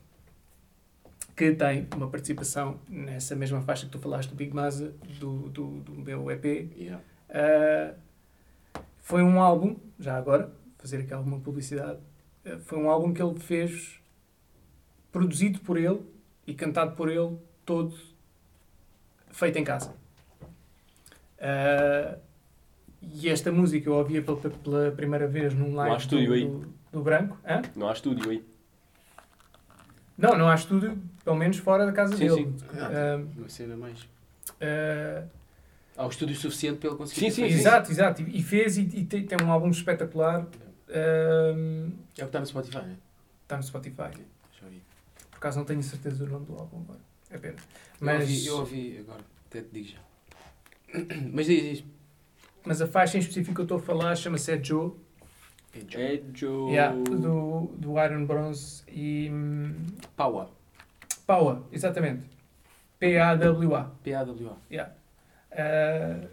A: que tem uma participação nessa mesma faixa que tu falaste do Big Maza, do, do, do meu EP.
B: Yeah.
A: Ah, foi um álbum, já agora, fazer aqui alguma publicidade, ah, foi um álbum que ele fez, produzido por ele e cantado por ele, todo feito em casa. Ah, e esta música eu ouvia pela, pela primeira vez num live
C: há estúdio
A: do,
C: aí.
A: do, do Branco. Hã?
C: Não há estúdio aí.
A: Não, não há estúdio, pelo menos fora da casa
C: Sim,
A: dele.
C: sim.
A: Ah,
B: Uma é cena mais.
A: ah,
B: Há o estúdio suficiente para ele conseguir.
C: Sim,
A: Sim,
B: fazer isso.
A: exato, exato. E e fez e, e te- tem um álbum espetacular. Ah, Está
B: É o que está no Spotify, né?
A: no Spotify.
B: Já ouvi.
A: Por acaso não tenho certeza do nome do álbum agora. É pena.
B: Mas... Eu,
A: Mas,
B: ouvi, eu ouvi agora, até te digo já. [CLEARS THROAT] Mas diz, diz.
A: mas a faixa em específico que eu estou a falar chama-se É Joe,
B: É Joe.
C: É Joe.
A: yeah, do, do Iron Bronze e hum,
B: Power.
A: Paua, exatamente. P-A-W-A.
B: P-A-W-A.
A: Yeah. Ah,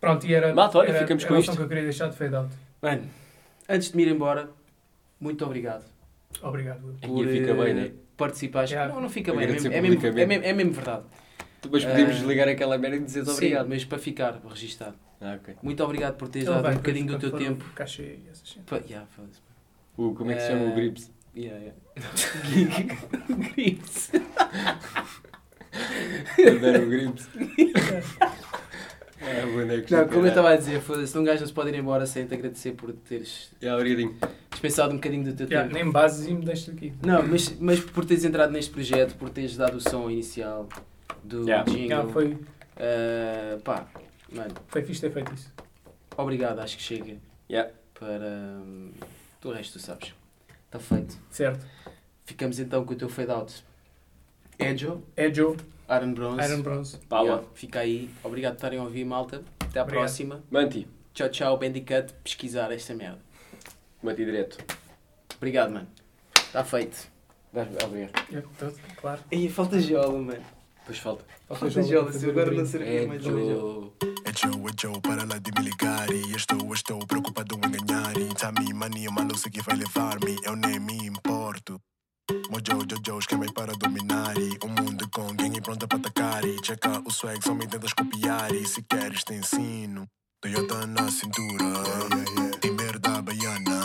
A: pronto, e era,
C: Malta, olha,
A: era,
C: ficamos
A: era
C: com
A: a
C: isto.
A: opção que eu queria deixar de fade out.
B: Mano, antes de me ir embora, muito obrigado. eh,
A: Obrigado, Will.
C: Aqui fica bem, né?
B: Participares.
A: Yeah.
B: Não, não fica bem. É
C: Agradecer
B: mesmo, é, mesmo,
C: publicamente.
B: é mesmo- é mesmo verdade.
C: Depois
B: Eh,
C: podemos desligar aquela merda e dizer
B: Sim,
C: obrigado.
B: mas para ficar registado.
C: Ah, ok.
B: Muito obrigado por teres
A: Ele
B: dado
A: Então vai
B: um bocadinho do
A: quando
B: teu
A: for
B: tempo.
A: Cachê e essas cenas.
B: Pa- Yeah, foda-se.
C: O, como é que se chama
B: Eh,
C: o
B: [LAUGHS]
C: Grips?
B: Yeah, yeah. Grips.
C: Adoro o Grips. ah,
B: [LAUGHS]
C: bonecos.
B: Não, como eu
C: do caralho.
B: estava a dizer, foda-se, um gajo não se pode ir embora sem te agradecer por teres
C: Yeah, obrigadinho.
B: dispensado um bocadinho do teu
A: Yeah,
B: tempo.
A: nem bases e me deixo aqui.
B: Não, mas, mas por teres entrado neste projeto, por teres dado o som inicial do
C: Yeah.
B: jingle.
A: Yeah, foi,
B: ah, pá, mano,
A: foi fixe ter feito isso.
B: obrigado, acho que chega
C: Yeah.
B: para hum, o resto, tu sabes. Está feito.
A: Certo.
B: Ficamos então com o teu fade out. Edjo,
A: É Joe,
B: Aaron Bronze.
A: Iron Bronze.
C: Pá, lá.
B: Yeah, Fica aí. Obrigado por estarem a ouvir, malta. Até à
A: Obrigado.
B: próxima.
C: Manti.
B: Tchau, tchau, Bandicoot. Pesquisar esta merda.
C: Manti direto.
B: Obrigado, mano. Está feito.
C: Dás- Obrigado.
A: É, todo, claro.
B: Aí, falta jola, mano.
C: Depois falta.
B: Falta um jola. Se eu agora não servir é mais jola.
C: Edjo.
D: É Joe, é Joe, para lá de me ligar e Eu estou, eu estou preocupado em ganhar e Tá me mania, maluco que vai levar-me Eu nem me importo Mojo, Jojo, esquemas para dominar e O mundo com gangue pronta para atacar e Checa o swag, só me tentas copiar e Se queres te ensino Toyota na cintura Tem merda baiana